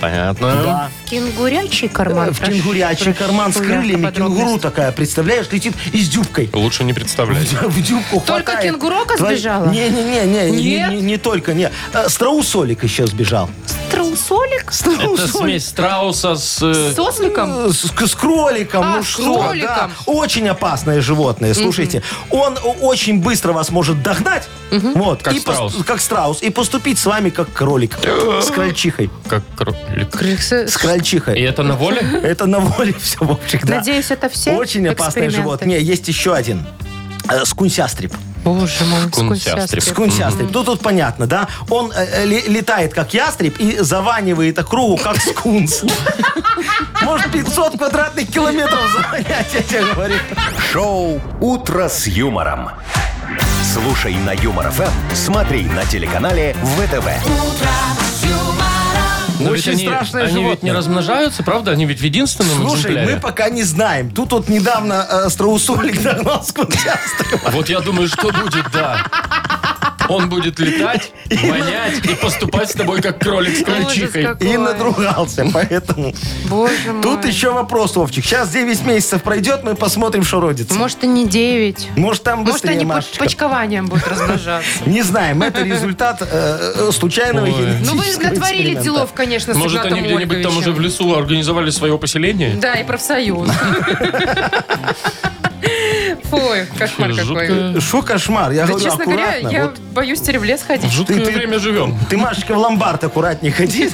S2: Понятно.
S3: Да.
S4: кенгурячий карман.
S3: В кенгурячий
S4: Прошу,
S3: карман с
S4: прошу,
S3: крыльями
S4: ярко подробности.
S3: кенгуру такая, представляешь, летит и с дюбкой.
S2: Лучше не представлять.
S3: В дюбку
S4: Только
S3: хватает.
S4: кенгурока
S3: Твои-
S4: сбежала?
S3: Не-не-не, не, не,
S4: Нет?
S3: не, не только, не. А, Страусолик еще сбежал.
S4: Трусолик?
S2: Это смесь страуса с... э,
S4: С осликом?
S3: Э, С, с кроликом,
S4: А,
S3: ну
S4: с
S3: что,
S4: кроликом.
S3: да. Очень опасное животное, слушайте. Он о- очень быстро вас может догнать, вот,
S2: Как
S3: и пос-
S2: страус.
S3: как страус, и поступить с вами как кролик. с крольчихой.
S2: Как кролик.
S3: С крольчихой.
S2: И это на воле?
S3: Это на воле все, Вовчик, да.
S4: Надеюсь, это все
S3: Очень опасное
S4: эксперименты?
S3: животное. Не, есть еще один. Э, Скунсястреб.
S4: Боже мой,
S2: Скунсястреб.
S4: скунсястреб.
S3: Скунсястреб. Ну, тут понятно, да? Он э, э, ле- летает, как ястреб, и заванивает округу, как скунс. Может, 500 квадратных километров завонять, я тебе говорю.
S4: Ну,
S1: Шоу «Утро с юмором». Слушай на Юмор ФМ, смотри на телеканале ВТВ.
S2: Но
S3: Очень
S2: ведь они-
S3: страшное
S2: Они ведь не
S3: животное.
S2: размножаются, правда? Они ведь в единственном
S4: ну,
S3: Слушай,
S2: экземпляре.
S3: мы пока не знаем. Тут вот недавно э, страусолик догнал скунсястреба.
S2: Вот я думаю, что будет, да. Он будет летать, вонять и поступать с тобой, как кролик с крольчихой.
S4: Ужас
S3: И
S4: какой.
S3: надругался, поэтому...
S4: Боже мой.
S3: Тут еще вопрос, Вовчик. Сейчас 9 месяцев пройдет, мы посмотрим, что родится. Может,
S4: Может, и не 9.
S3: там
S4: Может,
S3: быстрее,
S4: они по-
S3: Машечка.
S4: почкованием будут размножаться.
S3: Не знаем, это результат э, э, случайного
S2: Ой.
S4: Ну,
S3: генетического
S4: вы натворили
S3: эксперимента.
S4: делов, конечно, с
S2: Может, они
S4: Игнатом
S2: где-нибудь там уже
S4: Ольговичем.
S2: в лесу организовали свое поселение?
S4: Да, и профсоюз. Фу, кошмар какой.
S2: Жуткое,
S3: Шо кошмар, я
S4: Да,
S3: говорю,
S4: честно говоря,
S3: аккуратно.
S4: я
S3: Вот
S4: боюсь теперь в лес
S2: в
S4: ходить.
S2: жуткое
S3: Ты- ты-
S2: время живем.
S3: ты, Машечка, в ломбард аккуратнее ходи.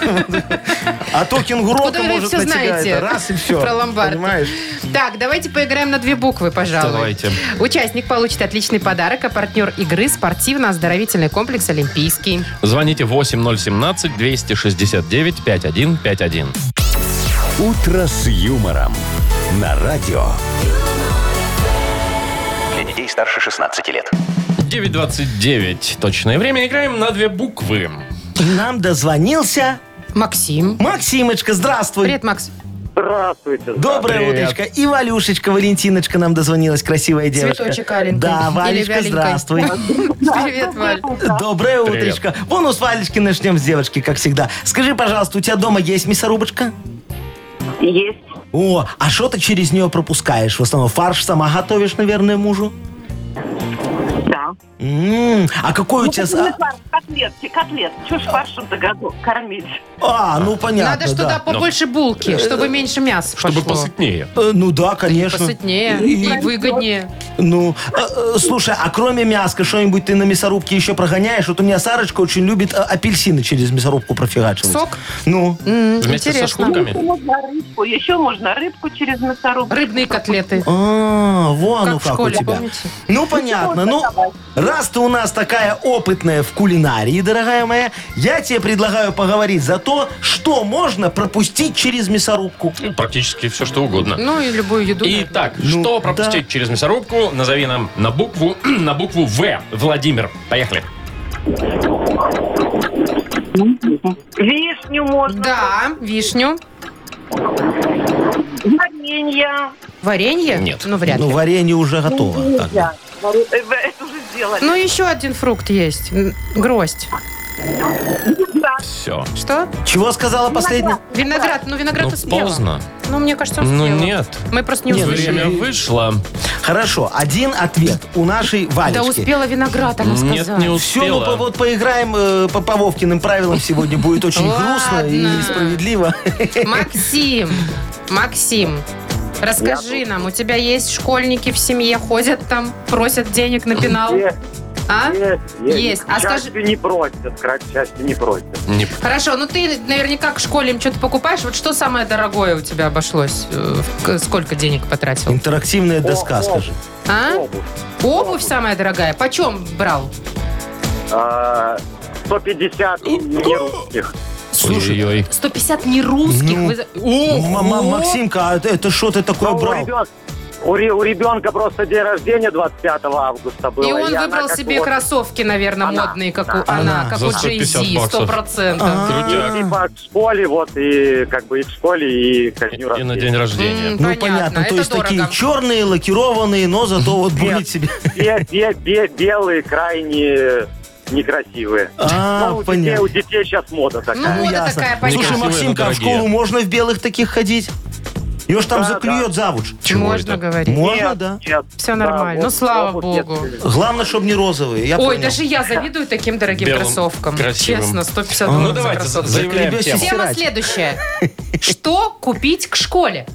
S3: А то кенгурока
S4: Откуда вы
S3: может
S4: все
S3: на тебя
S4: знаете
S3: это. а Раз и все.
S4: про ломбард?
S3: Понимаешь?
S4: Так, давайте поиграем на две буквы, пожалуй.
S2: Давайте.
S4: Участник получит отличный подарок, а партнер игры – спортивно-оздоровительный комплекс «Олимпийский».
S2: Звоните 8017-269-5151.
S1: «Утро с юмором» на радио.
S8: Для детей старше 16 лет.
S2: 9.29. Точное время. Играем на две буквы.
S3: И нам дозвонился
S4: Максим.
S3: Максимочка, здравствуй.
S4: Привет, Макс.
S6: Здравствуйте.
S3: Доброе
S2: Привет.
S3: утречко. И Валюшечка, Валентиночка нам дозвонилась, красивая девочка.
S4: Цветочек аленький.
S3: Да,
S4: Или
S3: Валечка,
S4: вяленький.
S3: здравствуй.
S4: Привет, Валь.
S3: Доброе
S2: Привет.
S3: утречко. Вон у с Валечки начнем с девочки, как всегда. Скажи, пожалуйста, у тебя дома есть мясорубочка?
S9: Есть.
S3: О, а что ты через нее пропускаешь? В основном фарш сама готовишь, наверное, мужу?
S9: Да.
S3: М, а какой
S4: Ну,
S3: у тебя... с- а-
S9: Котлетки, котлет. Чего ж фаршем-то готов кормить?
S3: А, ну понятно,
S4: Надо
S3: да.
S4: туда побольше булки, чтобы меньше мяса
S2: э, Чтобы
S4: пошло.
S2: посытнее.
S3: Э, Ну да, конечно.
S4: Посытнее и выгоднее.
S3: Ну, э, э, слушай, а кроме мяска что-нибудь ты на мясорубке еще прогоняешь? Вот у меня Сарочка очень любит э, апельсины через мясорубку профигачивать.
S4: Сок?
S3: Ну,
S4: М,
S2: Вместе со
S4: Интересно.
S2: шкурками.
S9: Можно рыбку. Еще можно рыбку через мясорубку.
S4: Рыбные котлеты.
S3: а, вон
S4: Как
S3: ну
S4: в
S3: как
S4: школе,
S3: у тебя.
S4: помните?
S3: Ну, понятно. Ну, раз ты у нас такая опытная в кулинарии, дорогая моя, я тебе предлагаю поговорить за то, что можно пропустить через мясорубку.
S2: Ну, Практически все, что угодно.
S4: Ну и любую еду. наверное.
S2: Итак,
S3: Ну,
S2: что пропустить через мясорубку? Назови нам на букву, на букву В. Владимир. Поехали.
S9: Вишню можно.
S4: Да, вишню.
S9: Варенье.
S4: Варенье?
S2: Нет.
S4: Ну, вряд
S3: Ну,
S4: ли.
S3: варенье уже готово. Так.
S9: Нельзя. Вару- э, вы Это уже сделали.
S4: Ну, еще один фрукт есть. М, Гроздь.
S2: Все.
S4: Что?
S3: Чего сказала последняя?
S4: Виноград. Ну, виноград
S2: Ну,
S4: успела.
S2: поздно.
S4: Ну, мне кажется, успела.
S2: Ну, нет.
S4: Мы просто не услышали.
S2: Время вышло.
S3: Хорошо, один ответ у нашей
S4: Да
S3: Валечки.
S4: успела виноград, она
S2: Нет,
S4: сказала. ну,
S2: не
S3: Все, мы по-
S2: успела.
S3: вот поиграем э, по, по Вовкиным правилам сегодня. Будет очень грустно и
S4: Ладно.
S3: несправедливо.
S4: Максим, Максим, расскажи нам, у тебя есть школьники в семье, ходят там, просят денег на пенал? А? Есть. А
S6: К
S4: скажи-
S6: счастью, не просят, к счастью, не просят.
S2: Не-
S4: Хорошо, ну ты наверняка к школе им что-то покупаешь. Вот что самое дорогое у тебя обошлось? Э, в- к- Сколько денег потратил?
S3: Интерактивная доска, скажи.
S4: А?
S6: Обувь.
S4: Обувь самая дорогая. Почем брал?
S6: А, 150 не русских.
S2: Ой-ой-ой.
S4: 150 не русских.
S3: Ну.
S4: Вы за-
S3: М-
S4: Ого!
S3: м- Максимка, а это- это что ты такое
S6: Но Ну, у,
S3: брал?
S6: ребен- у ре- у ребенка просто день рождения 25 августа было.
S4: И он
S6: она
S4: выбрал
S6: как
S4: себе
S6: вот,
S4: кроссовки, наверное,
S6: Она.
S4: модные, как у
S3: Она.
S4: она, как
S2: За
S4: у
S2: 150
S4: Джей-Зи,
S2: баксов. А.
S4: сто процентов.
S6: и Типа в школе, вот, и как бы и в школе, и ко
S2: И
S6: дню
S2: на
S6: рождения.
S2: день рождения.
S3: Ну, понятно, то
S4: это
S3: есть такие
S4: дорого.
S3: черные, лакированные, но зато вот будет себе...
S6: Бе- бе- бе- белые крайние некрасивые.
S3: А,
S6: Ну, у, детей,
S3: понятно.
S6: у детей сейчас мода
S4: Ну,
S6: такая.
S3: Ну,
S4: мода
S3: ясно.
S4: такая,
S2: Некрасивые,
S4: понятно.
S3: Слушай,
S2: но
S3: Максимка, а в
S2: дорогие.
S3: школу можно в белых таких ходить? Ее ж там
S6: Да,
S3: заклюет
S6: да.
S3: завуч.
S2: Чего
S4: Ну, Можно
S2: это?
S4: говорить.
S3: Можно, да.
S6: Нет,
S4: Всё нормально. Ну, слава богу.
S6: нет.
S3: Главное, чтобы не розовые. Я
S4: Ой,
S3: понял.
S4: даже я завидую таким дорогим
S2: Белым,
S4: кроссовкам.
S2: красивым.
S4: Честно, 150
S3: А,
S4: долларов
S2: Ну
S4: за
S2: давайте, за-
S4: кроссовки.
S2: заявляем
S3: Заклебёсись.
S2: тему.
S4: Тема
S3: Срать.
S4: следующая. Что купить к школе?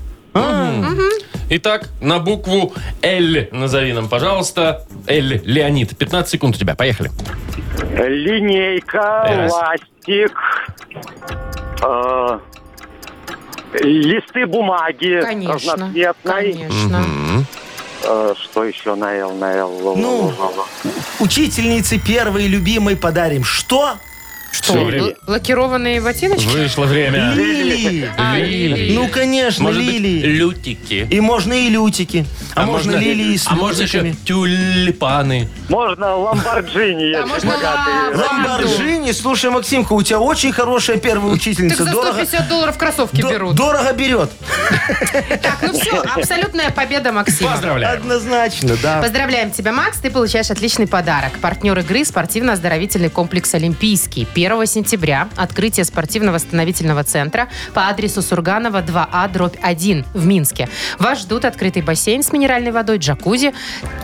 S2: Итак, на букву Л назови нам, пожалуйста. Л. Леонид, 15 секунд у тебя. Поехали.
S6: Линейка,
S2: Раз.
S6: ластик, э, листы бумаги
S4: Конечно.
S6: разноцветной.
S4: Конечно.
S6: Э, что еще на Л, на Л?
S3: Ну. Учительнице первой любимой подарим что?
S2: Всё время.
S4: Л- Лакированные ботиночки?
S2: Вышло время.
S3: Лилии.
S4: А, лилии.
S3: Ну, конечно,
S2: Может быть,
S3: лилии.
S2: лютики.
S3: И можно и лютики. А, можно, лилии с
S2: А можно еще
S3: лютиками.
S2: тюльпаны.
S6: Можно ламборджини,
S4: А
S6: если
S4: можно
S6: богатые.
S4: лаванду?
S3: Ламборджини. Слушай, Максимка, у тебя очень хорошая первая
S4: Так
S3: учительница.
S4: за
S3: Дорого,
S4: 150 долларов кроссовки
S3: до-
S4: берут.
S3: дорого берет.
S4: Так, ну все, абсолютная победа Максима.
S2: Поздравляю.
S3: Однозначно, да.
S4: Поздравляем тебя, Макс. Ты получаешь отличный подарок. Партнер игры спортивно-оздоровительный комплекс «Олимпийский». 1 сентября открытие спортивно-восстановительного центра по адресу Сурганова 2А, дробь 1 в Минске. Вас ждут открытый бассейн с минеральной водой, джакузи,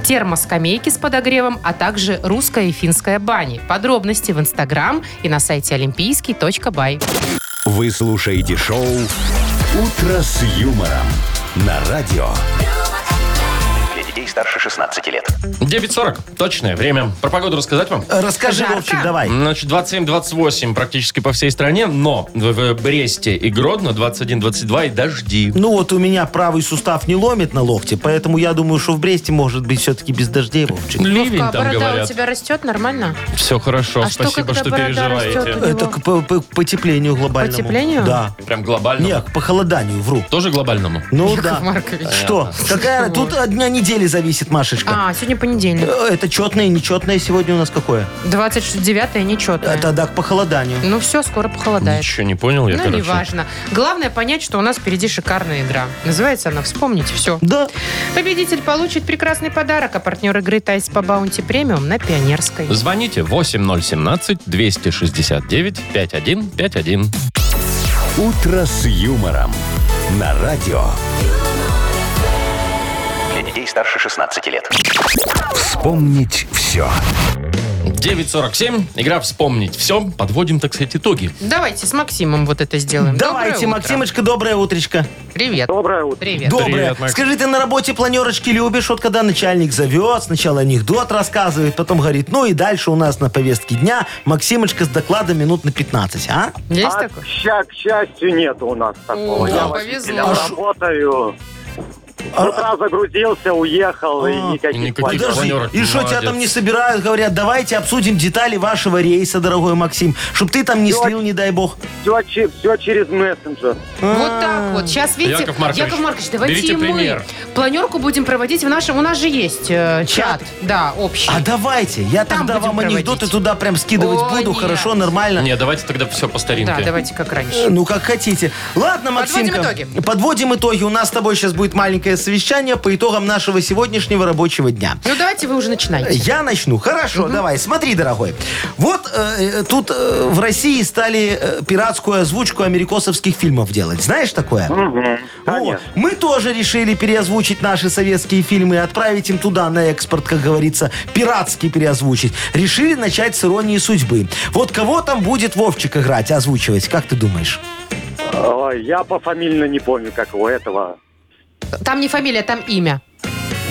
S4: термоскамейки с подогревом, а также русская и финская бани. Подробности в Инстаграм и на сайте олимпийский.бай.
S1: Вы слушаете шоу «Утро с юмором» на радио.
S8: Для детей старше 16 лет.
S2: 9.40. Точное время. Про погоду рассказать вам?
S3: Расскажи,
S4: Жарко.
S3: Вовчик, давай.
S2: Значит, 27-28 практически по всей стране, но в, в Бресте и Гродно 21-22 и дожди.
S3: Ну вот у меня правый сустав не ломит на локте, поэтому я думаю, что в Бресте может быть все-таки без дождей, Вовчик.
S2: Ливень
S4: Вовка, а
S2: там
S4: борода
S2: говорят.
S4: у тебя растет нормально?
S2: Все хорошо,
S4: А что,
S2: спасибо,
S4: когда
S2: что,
S4: борода
S2: переживаете.
S4: растет?
S3: Это к по- по- потеплению глобальному.
S4: Потеплению?
S3: Да.
S2: Прям глобальному.
S3: Не, к похолоданию, вру.
S2: Тоже глобальному.
S3: Ну
S4: Яков
S3: да.
S4: Маркович.
S3: Что? Какая? Тут от дня недели зависит, Машечка.
S4: А, сегодня понедельник.
S3: Э, Это четное и нечетное сегодня у нас какое?
S4: 29-е нечетное.
S3: Э, Тогда к похолоданию.
S4: Ну все, скоро похолодает.
S2: Ничего не понял я,
S4: ну,
S2: короче.
S4: неважно. Главное понять, что у нас впереди шикарная игра. Называется она «Вспомните все».
S3: Да.
S4: Победитель получит прекрасный подарок, а партнер игры «Тайс по баунти премиум» на Пионерской.
S2: Звоните 8017-269-5151.
S1: «Утро с юмором» на радио.
S8: Для детей старше 16 лет.
S1: Вспомнить все.
S2: 9.47. Игра «Вспомнить все». Подводим, так сказать, итоги.
S4: Давайте с Максимом вот это сделаем.
S3: Давайте,
S4: Доброе утро.
S3: Максимочка, доброе утречко.
S4: Привет.
S6: Доброе утро.
S4: Привет.
S3: Доброе.
S2: Макс.
S3: Скажи, ты на работе планерочки любишь? Вот когда начальник зовет, сначала анекдот рассказывает, потом говорит, ну и дальше у нас на повестке дня Максимочка с доклада минут на 15, а?
S4: Есть
S6: А,
S4: такое?
S6: ща- к счастью, нет у нас такого.
S4: О,
S6: Я
S4: повезло.
S6: водителем работаю. С утра загрузился, уехал, и
S3: А,
S6: никаких,
S2: никаких
S6: планов.
S2: планов.
S3: Подожди,
S2: планерок,
S3: и что тебя
S2: молодец.
S3: там не собирают? Говорят, давайте обсудим детали вашего рейса, дорогой Максим, чтобы ты там не
S4: Ну,
S6: Всё.
S4: а
S3: слил, не дай бог.
S6: Все, че- всё через мессенджер.
S4: Вот так вот. Сейчас, видите,
S2: Яков Маркович,
S4: давайте
S2: берите
S4: и мы
S2: пример.
S4: планерку будем проводить в нашем... У нас же есть э, чат.
S3: Чат.
S4: Да, общий.
S3: А давайте, я
S4: Там
S3: тогда
S4: будем
S3: вам анекдоты
S4: проводить.
S3: туда прям скидывать
S4: О,
S3: буду,
S4: нет.
S3: хорошо, нормально.
S2: Не, давайте тогда все по старинке.
S4: да, давайте как раньше.
S3: Э, Ну, как хотите. Ладно, Максимка.
S4: Подводим итоги.
S3: Подводим итоги. У нас с тобой сейчас будет маленькое совещание по итогам нашего сегодняшнего рабочего дня.
S4: Ну давайте вы уже начинайте.
S3: Я начну. Хорошо, давай. Смотри, дорогой. Вот э, э, тут э, в России стали э, пиратскую озвучку америкосовских фильмов делать. Знаешь такое?
S6: Ну,
S3: О, мы тоже решили переозвучить наши советские фильмы и отправить им туда на экспорт, как говорится, пиратски переозвучить. Решили начать с иронии судьбы. Вот кого там будет Вовчик играть, озвучивать, как ты думаешь?
S6: Ой, Я по фамилии не помню, как у этого
S4: Там не фамилия, там имя.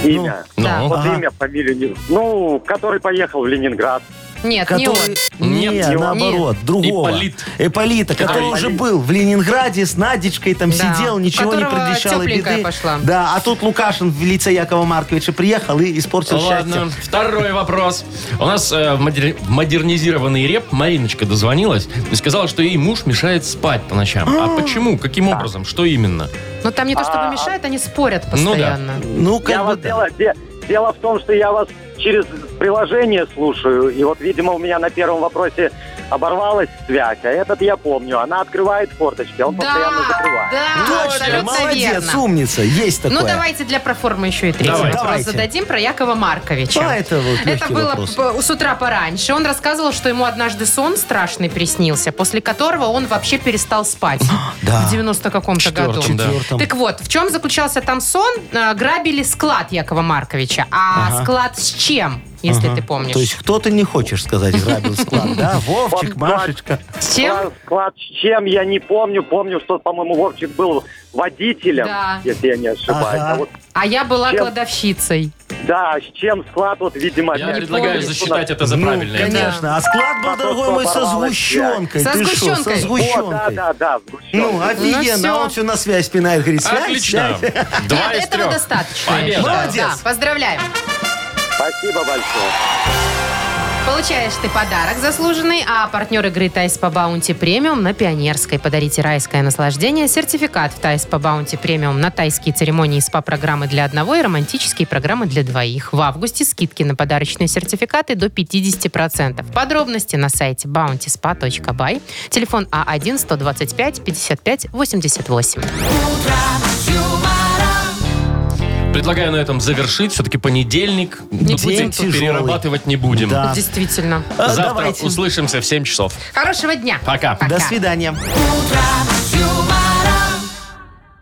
S6: имя.
S2: Ну,
S4: Да.
S6: Вот
S3: Ага.
S6: имя, фамилию. не- Ну, который поехал в Ленинград.
S4: Нет, не он.
S3: Который...
S2: Нет,
S3: Не,
S2: не он.
S3: наоборот, другого.
S2: Ипполит.
S3: Эполита, который
S2: Ипполит.
S3: уже был в Ленинграде с Надечкой, там
S4: Да.
S3: сидел, ничего не
S4: Которого
S3: предвещало
S4: тепленькая
S3: беды.
S4: пошла.
S3: Да, а тут Лукашин в лице Якова Марковича приехал и испортил
S2: Ладно,
S3: счастье.
S2: второй вопрос. У нас э, в модер- в модернизированный реп Мариночка дозвонилась и сказала, что ей муж мешает спать по ночам. А почему? Каким образом? Что именно?
S4: Но там не то, чтобы
S6: А,
S4: мешает, они спорят
S2: Ну да.
S4: постоянно.
S3: Ну, как
S6: Я
S3: бы
S6: вас
S3: да.
S6: дело, де- дело в том, что я вас через приложение слушаю, и вот, видимо, у меня на первом вопросе оборвалась связь, а этот я помню. Она открывает форточки, а он постоянно закрывает.
S4: да,
S3: Точно,
S4: А, абсолютно
S3: молодец,
S4: верно.
S3: умница, есть такое.
S4: Ну, давайте для проформы еще и третий
S2: Давайте.
S4: вопрос
S3: Давайте.
S4: зададим про Якова Марковича.
S3: А, это вот
S4: Это
S3: легкий
S4: было
S3: вопрос.
S4: п- с утра пораньше. Он рассказывал, что ему однажды сон страшный приснился, после которого он вообще перестал спать.
S3: Да.
S4: В 90 каком-то году.
S2: Четвертом, да.
S3: Четвертом.
S4: Так вот, в чем заключался там сон? Э, Грабили склад Якова Марковича. А
S3: Ага.
S4: склад с чем, если ты помнишь?
S3: То есть кто-то не хочешь сказать грабил склад, да? Вовчик,
S6: Вот,
S3: Машечка.
S4: С чем?
S6: Склад, склад с чем, я не помню. Помню, что, по-моему, Вовчик был водителем,
S4: Да.
S6: если я не ошибаюсь.
S3: Ага.
S6: А вот,
S4: А я была
S6: Чем?
S4: кладовщицей.
S6: да, с чем склад, вот, видимо...
S2: Я
S6: опять-
S2: предлагаю
S4: помнишь,
S2: засчитать это за
S3: Ну,
S2: правильное.
S3: конечно. А склад был,
S6: Потом
S3: дорогой мой, со
S6: оборвалась
S3: сгущенкой.
S4: связь.
S3: Ты
S4: Со
S3: что, со
S4: сгущенкой.
S6: О, да,
S3: сгущенкой?
S6: да, да,
S3: Ну,
S6: сгущенка.
S3: офигенно,
S4: всё.
S3: а он все на связь пинает, говорит, связь,
S2: Отлично.
S3: связь.
S2: Два
S4: Нет,
S2: из
S4: этого
S2: трех.
S4: достаточно. я
S2: Победа.
S4: считаю.
S3: Молодец.
S4: Да, поздравляем.
S6: Спасибо большое.
S4: Получаешь ты подарок заслуженный, а партнер игры «Тайс по баунти премиум» на Пионерской. Подарите райское наслаждение, сертификат в «Тайс по баунти премиум» на тайские церемонии и СПА-программы для одного и романтические программы для двоих. В августе скидки на подарочные сертификаты до 50%. Подробности на сайте bountyspa.by. Телефон А А1-125-55-88.
S2: Предлагаю на этом завершить. Все-таки понедельник.
S4: Не
S2: будем
S4: будем тяжелый.
S2: перерабатывать не будем.
S3: Да.
S4: Действительно.
S3: А,
S2: Завтра
S3: Давайте.
S2: услышимся в 7 часов.
S4: Хорошего дня.
S2: Пока.
S3: До свидания.
S7: Утро